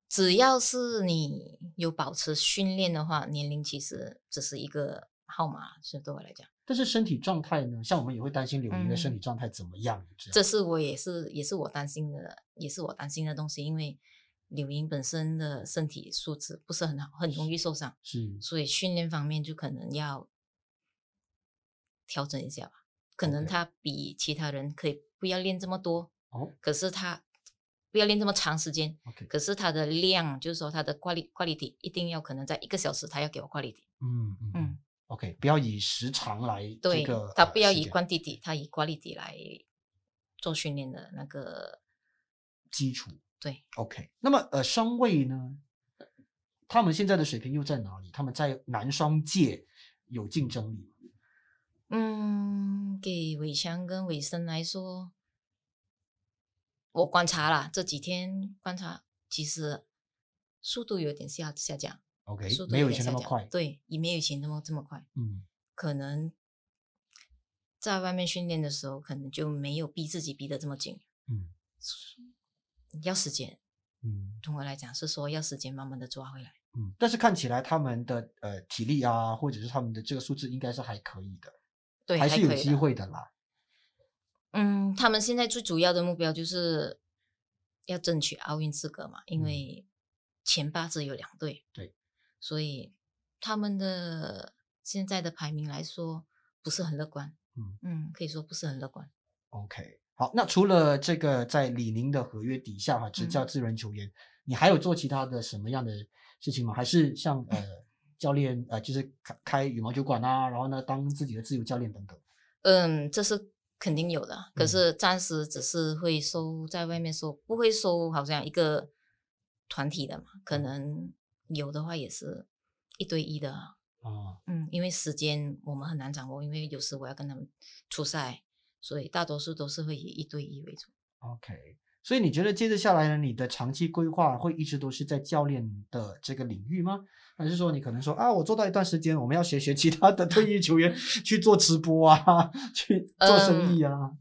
S3: 只要是你有保持训练的话，年龄其实只是一个号码，是对我来讲，
S1: 但是身体状态呢？像我们也会担心柳莹的身
S3: 嗯
S1: 体状态怎么样，这
S3: 这是我也是也是我担心的，也是我担心的东西，因为柳莹本身的身体素质不是很好，很容易受伤，
S1: 是
S3: 所以训练方面就可能要调整一下吧。可能
S1: OK
S3: 他比其他人可以不要练这么多，
S1: 哦
S3: 可是他不要练这么长时间，
S1: ，OK，
S3: 可是它的量，就是说它的 quality quality 一定要可能在一个小时，它要给我 quality。
S1: 嗯嗯嗯
S3: 嗯
S1: ，OK，不要以时长来这
S3: 对
S1: 个，，
S3: 它
S1: 呃
S3: 不要
S1: 时
S3: 以
S1: 间
S3: quantity，它以 quality 来做训练的那个
S1: 基础
S3: 对。
S1: OK。那么呃，双位呢？他们现在的水平又在哪里？他们在男双界有竞争力吗？
S3: 嗯，给伟强跟伟森来说，我观察了这几天观察，其实速度有点下下降，
S1: OK，
S3: 速度
S1: 没有以
S3: 点
S1: 前那
S3: 下
S1: 么
S3: 降
S1: 快。
S3: 对，也没有以前那么这么快。
S1: 嗯
S3: 可能在外面训练的时候，可能就没有逼自己逼得这么紧。
S1: 嗯，
S3: 要时间，
S1: 嗯
S3: 对我来讲是说要时间慢慢的抓回来。
S1: 嗯。但是看起来他们的呃体力啊，或者是他们的这个素质，应该是还可以的，
S3: 对，
S1: 还
S3: 还
S1: 是有
S3: 可以
S1: 机
S3: 的。
S1: 会的啦。
S3: 嗯，他们现在最主要的目标就是要争取奥运资格嘛，因
S1: 嗯
S3: 为前八只有两队。
S1: 对，
S3: 所以他们的现在的排名来说不是很乐观。
S1: 嗯
S3: 嗯，可以说不是很乐观。
S1: OK，好，那除了这个在李宁的合约底下哈、执教
S3: 嗯
S1: 自人球员，你还有做其他的什么样的事情吗？还是像呃教练呃，就是开开羽毛球馆啊，然后呢当自己的自由教练等等？
S3: 嗯，这是肯定有的，可
S1: 嗯
S3: 是暂时只是会收在外面收，不会收好像一个团体的嘛，可能有的话也是一对一的啊，
S1: 啊，
S3: 嗯，因为时间我们很难掌握，因为有时我要跟他们出赛，所以大多数都是会以一对一为主。
S1: OK，所以你觉得接着下来呢，你的长期规划会一直都是在教练的这个领域吗？还是说你可能说啊，我做到一段时间，我们要学学其他的退役 球员去做直播啊，去做生意啊、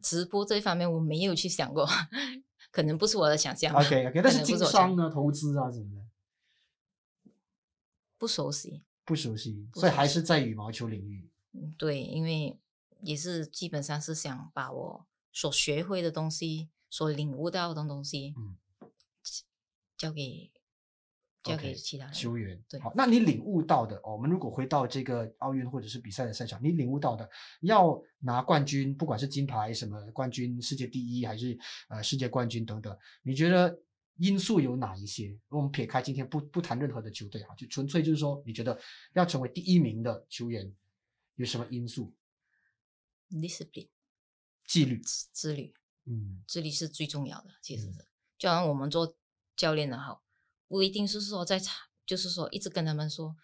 S3: 直播这一方面我没有去想过， 可能不是我的想象吧。
S1: o k OK，
S3: 嗯可
S1: 但是
S3: 能不
S1: 经
S3: 我想
S1: 商呢、投资啊什么的
S3: 不熟悉，
S1: 不熟悉，
S3: 不
S1: 所以
S3: 熟
S1: 还是在羽毛球领域。
S3: 嗯对，因为也是基本上是想把我所学会的东西、所领悟到的东西，
S1: 嗯，
S3: 交给交
S1: OK，
S3: 给其他人。
S1: 球员。
S3: 对
S1: 好，那你领悟到的、哦我们如果回到这个奥运或者是比赛的赛场，你领悟到的要拿冠军，不管是金牌什么冠军、世界第一还是呃世界冠军等等，你觉得因素有哪一些？我们撇开今天不不谈任何的球队啊哈，就纯粹就是说，你觉得要成为第一名的球员有什么因素？
S3: discipline
S1: 纪律，
S3: 自自律，
S1: 嗯
S3: 自律是最重要的。其实
S1: 嗯
S3: 是，就好像我们做教练的好，不一定是说在场，就是说一直跟他们说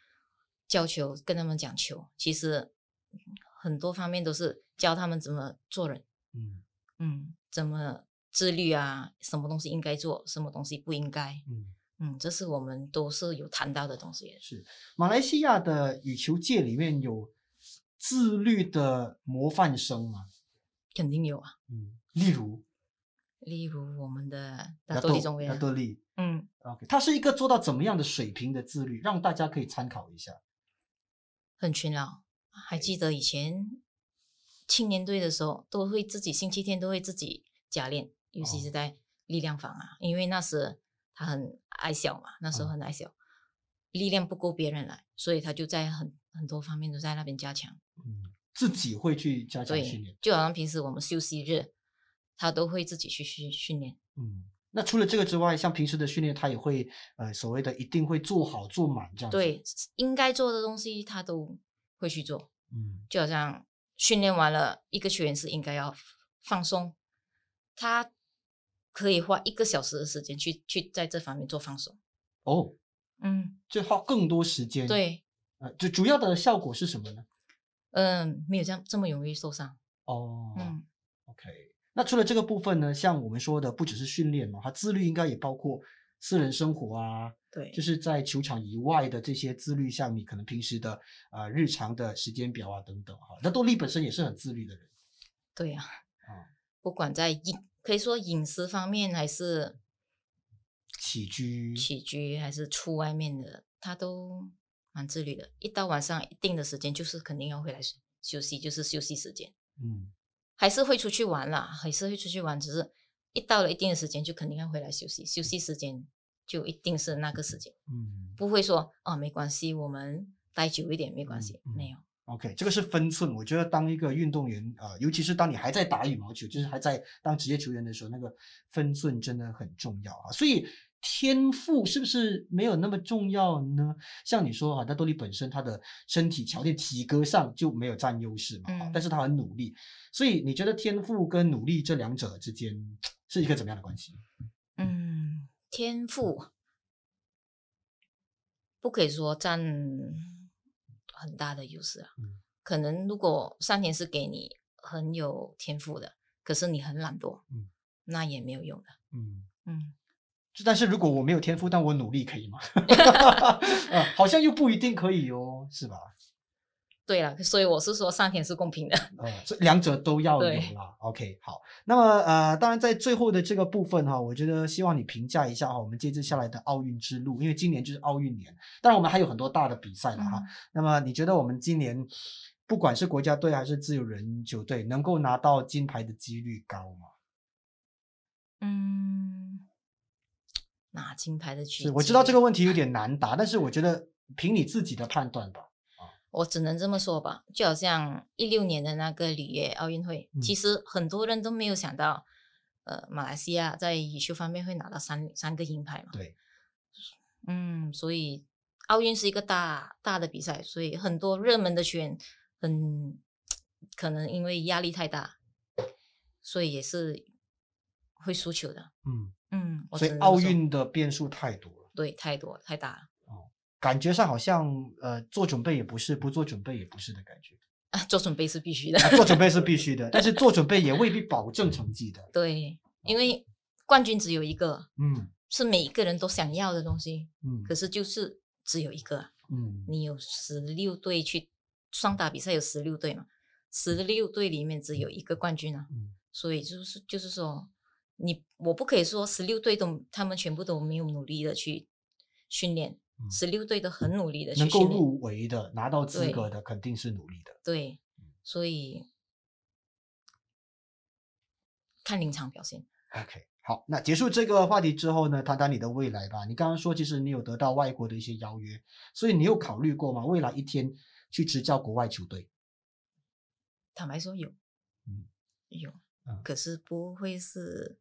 S3: 教球，跟他们讲球，其实很多方面都是教他们怎么做人。
S1: 嗯
S3: 嗯，怎么自律啊，什么东西应该做，什么东西不应该，
S1: 嗯。
S3: 嗯，这是我们都是有谈到的东西。
S1: 是马来西亚的羽球界里面有自律的模范生吗？
S3: 肯定有啊，
S1: 嗯，例如
S3: 例如我们的
S1: 亚
S3: 大多利中卫
S1: 亚
S3: 啊，
S1: 多利
S3: 嗯，
S1: ，OK，他是一个做到怎么样的水平的自律，让大家可以参考一下。
S3: 很勤劳。啊还记得以前青年队的时候，都会自己星期天都会自己加练，尤其
S1: 哦
S3: 是在力量房啊，因为那时他很矮小嘛，那时候
S1: 嗯
S3: 很矮小，力量不够别人来，所以他就在很很多方面都在那边加强。
S1: 嗯，自己会去加强训
S3: 对
S1: 练。，
S3: 就好像平时我们休息日，他都会自己去训训练。
S1: 嗯，那除了这个之外，像平时的训练，他也会呃所谓的一定会做好做满这样子。
S3: 对，，应该做的东西他都会去做。
S1: 嗯
S3: 就好像训练完了，一个球员是应该要放松，他可以花一个小时的时间去去在这方面做放松。
S1: 哦，
S3: 嗯，
S1: 就花更多时间。，
S3: 对，
S1: 呃，就主要的效果是什么呢？
S3: 嗯、没有这样这么容易受伤。
S1: 哦，
S3: 嗯，
S1: OK，那除了这个部分呢，像我们说的，不只是训练嘛，它自律应该也包括私人生活啊，
S3: 对
S1: 就，是在球场以外的这些自律项，你可能平时的呃日常的时间表啊等等哈。那多利本身也是很自律的人，
S3: 对呀、
S1: 啊
S3: 不管在饮，可以说饮食方面还是
S1: 起居
S3: 起居还是出外面的，他都蛮自律的。一到晚上一定的时间，就是肯定要回来休休息，就是休息时间，
S1: 嗯
S3: 还是会出去玩啦，还是会出去玩，只是一到了一定的时间，就肯定要回来休息。休息时间就一定是那个时间，
S1: 嗯
S3: 不会说哦没关系，我们待久一点没关系，
S1: 嗯嗯
S3: 没有。
S1: OK，这个是分寸。我觉得当一个运动员啊、呃尤其是当你还在打羽毛球，就是还在当职业球员的时候，那个分寸真的很重要啊。所以天赋是不是没有那么重要呢？像你说啊，那多利本身他的身体条件、体格上就没有占优势嘛，啊
S3: 嗯
S1: 但是他很努力。所以你觉得天赋跟努力这两者之间是一个怎么样的关系？
S3: 嗯，天赋不可以说占很大的优势啊。
S1: 嗯
S3: 可能如果上天是给你很有天赋的，可是你很懒惰，
S1: 嗯
S3: 那也没有用的。
S1: 嗯。
S3: 嗯，
S1: 但是如果我没有天赋，但我努力可以吗？ 啊，好像又不一定可以哦，是吧？
S3: 对了，所以我是说上天是公平的。
S1: 呃，这两者都要有
S3: 对
S1: 啦。OK，好，那么呃，当然在最后的这个部分哈、我觉得希望你评价一下哈、我们接着下来的奥运之路，因为今年就是奥运年，当然我们还有很多大的比赛了
S3: 嗯
S1: 哈。那么你觉得我们今年不管是国家队还是自由人球队，能够拿到金牌的几率高吗？
S3: 嗯，拿金牌的去，
S1: 是我知道这个问题有点难答，但是我觉得凭你自己的判断吧。
S3: 我只能这么说吧，就好像一六年的那个里约奥运会，
S1: 嗯
S3: 其实很多人都没有想到，呃，马来西亚在羽球方面会拿到三三个银牌嘛。
S1: 对，
S3: 嗯，所以奥运是一个大大的比赛，所以很多热门的球员很可能因为压力太大，所以也是会输球的。
S1: 嗯，
S3: 嗯，我
S1: 所以
S3: 只能这么
S1: 奥
S3: 说
S1: 运的变数太多了。
S3: 对太多太大了。
S1: 感觉上好像呃做准备也不是，不做准备也不是的感觉。
S3: 啊， 做准备是必须的。
S1: 啊做准备是必须的，但是做准备也未必保证成绩的。
S3: 对，
S5: 哦
S3: 因为冠军只有一个，
S5: 嗯
S3: 是每一个人都想要的东西，
S5: 嗯
S3: 可是就是只有一个啊。
S5: 嗯
S3: 你有十六队去双打比赛，有十六队嘛，十六队里面只有一个冠军啊，
S5: 嗯
S3: 所以就是就是说，你我不可以说十六队都他们全部都没有努力的去训练
S5: 嗯，
S3: 十六队都很努力的去
S5: 能够
S3: 训练，
S5: 入围的、拿到资
S3: 对
S5: 格的，肯定是努力的。
S3: 对，
S5: 嗯
S3: 所以看临场表现。
S5: OK，
S1: 好，那结束这个话题之后呢，谈谈你的未来吧。你刚刚说，其实你有得到外国的一些邀约，所以你有考虑过吗？未来一天去执教国外球队？
S3: 坦白说有，
S5: 嗯
S3: 有，
S1: 啊
S5: 嗯
S3: 可是不会是，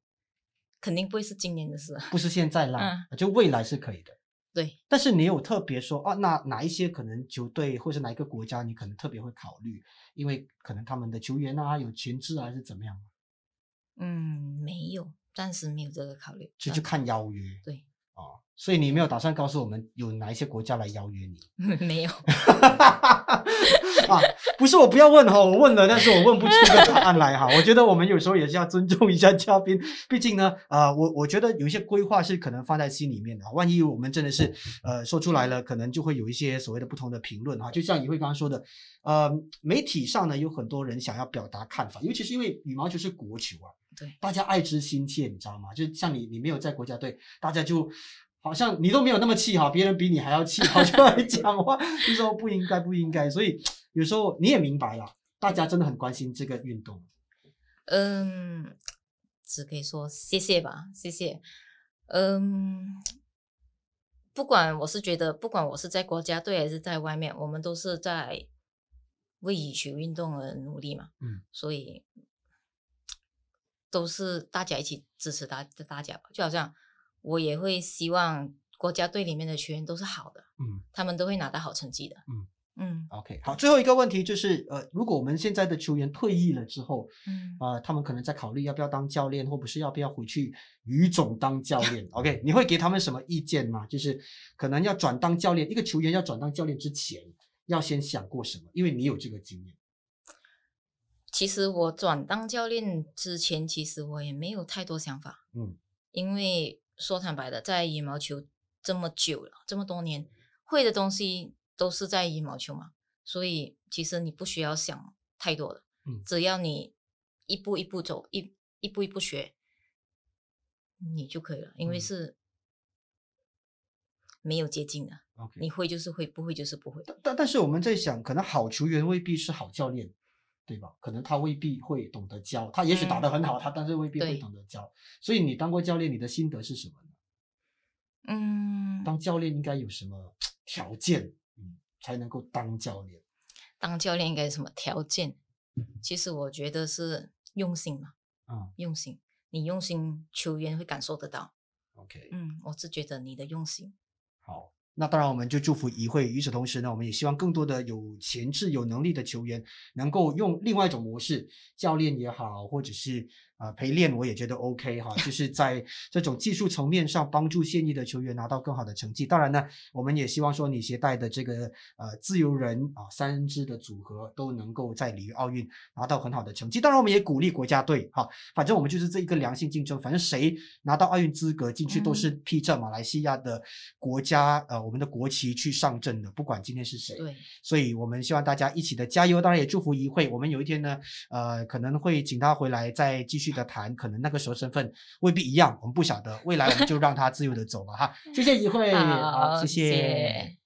S3: 肯定不会是今年的事啊。
S1: 不是现在啦，
S3: 嗯
S1: 就未来是可以的。
S3: 对，
S1: 但是你有特别说啊，那哪一些可能球队或是哪一个国家，你可能特别会考虑，因为可能他们的球员啊有潜质啊，还是怎么样，
S3: 嗯，没有，暂时没有这个考虑。
S1: 就去
S3: 暂
S1: 看邀约
S3: 对，
S1: 啊。所以你没有打算告诉我们有哪一些国家来邀约你？
S3: 没有，
S1: 啊，不是我不要问哈，我问了，但是我问不出个答案来哈。我觉得我们有时候也是要尊重一下嘉宾，毕竟呢，啊，我我觉得有一些规划是可能放在心里面的，万一我们真的是呃说出来了，可能就会有一些所谓的不同的评论哈。就像你会刚刚说的，呃，媒体上呢有很多人想要表达看法，尤其是因为羽毛球是国球啊，
S3: 对
S1: 大家爱之心切，你知道吗？就像你，你没有在国家队，大家就好像你都没有那么气哈，别人比你还要气，好像来讲话，就说不应该，不应该。所以有时候你也明白啦，大家真的很关心这个运动。
S3: 嗯，只可以说谢谢吧，谢谢。嗯，不管我是觉得，不管我是在国家队还是在外面，我们都是在为羽球运动而努力嘛。
S5: 嗯，
S3: 所以都是大家一起支持大大家吧。就好像我也会希望国家队里面的球员都是好的，
S5: 嗯，
S3: 他们都会拿到好成绩的。
S5: 嗯
S3: 嗯
S1: OK，好，最后一个问题就是，呃，如果我们现在的球员退役了之后，
S3: 嗯，
S1: 呃，他们可能在考虑要不要当教练，或不是要不要回去羽总当教练。OK，你会给他们什么意见吗？就是可能要转当教练，一个球员要转当教练之前，要先想过什么？因为你有这个经验。
S3: 其实我转当教练之前，其实我也没有太多想法。
S1: 嗯，
S3: 因为说坦白的，在羽毛球这么久了，这么多年，会的东西都是在羽毛球嘛，所以其实你不需要想太多的，
S1: 嗯
S3: 只要你一步一步走，一一步一步学，你就可以了，因为
S1: 嗯
S3: 是没有捷径的，
S1: OK，
S3: 你会就是会，不会就是不会。
S1: 但但但是我们在想，可能好球员未必是好教练，对吧？可能他未必会懂得教，他也许打得很好，他但是未必会
S3: 对
S1: 懂得教。所以你当过教练，你的心得是什么呢？
S3: 嗯，
S1: 当教练应该有什么条件，嗯，才能够当教练？
S3: 当教练应该有什么条件？其实我觉得是用心嘛，
S1: 嗯
S3: 用心，你用心，球员会感受得到。
S1: ，OK，
S3: 嗯，我是觉得你的用心，
S1: 好。那当然，我们就祝福一会。与此同时呢，我们也希望更多的有潜质、有能力的球员，能够用另外一种模式，教练也好，或者是啊、呃陪练，我也觉得 OK 哈，就是在这种技术层面上帮助现役的球员拿到更好的成绩。当然呢，我们也希望说你携带的这个呃自由人啊三支的组合都能够在里约奥运拿到很好的成绩。当然，我们也鼓励国家队哈，反正我们就是这一个良性竞争，反正谁拿到奥运资格进去都是披着马来西亚的国家呃我们的国旗去上阵的，不管今天是谁。
S3: 对，
S1: 所以我们希望大家一起的加油，当然也祝福一会。我们有一天呢，呃，可能会请他回来再继续的谈，可能那个时候身份未必一样，我们不晓得。未来我们就让他自由的走吧，哈。谢谢一会，
S3: 好
S1: 谢
S3: 谢谢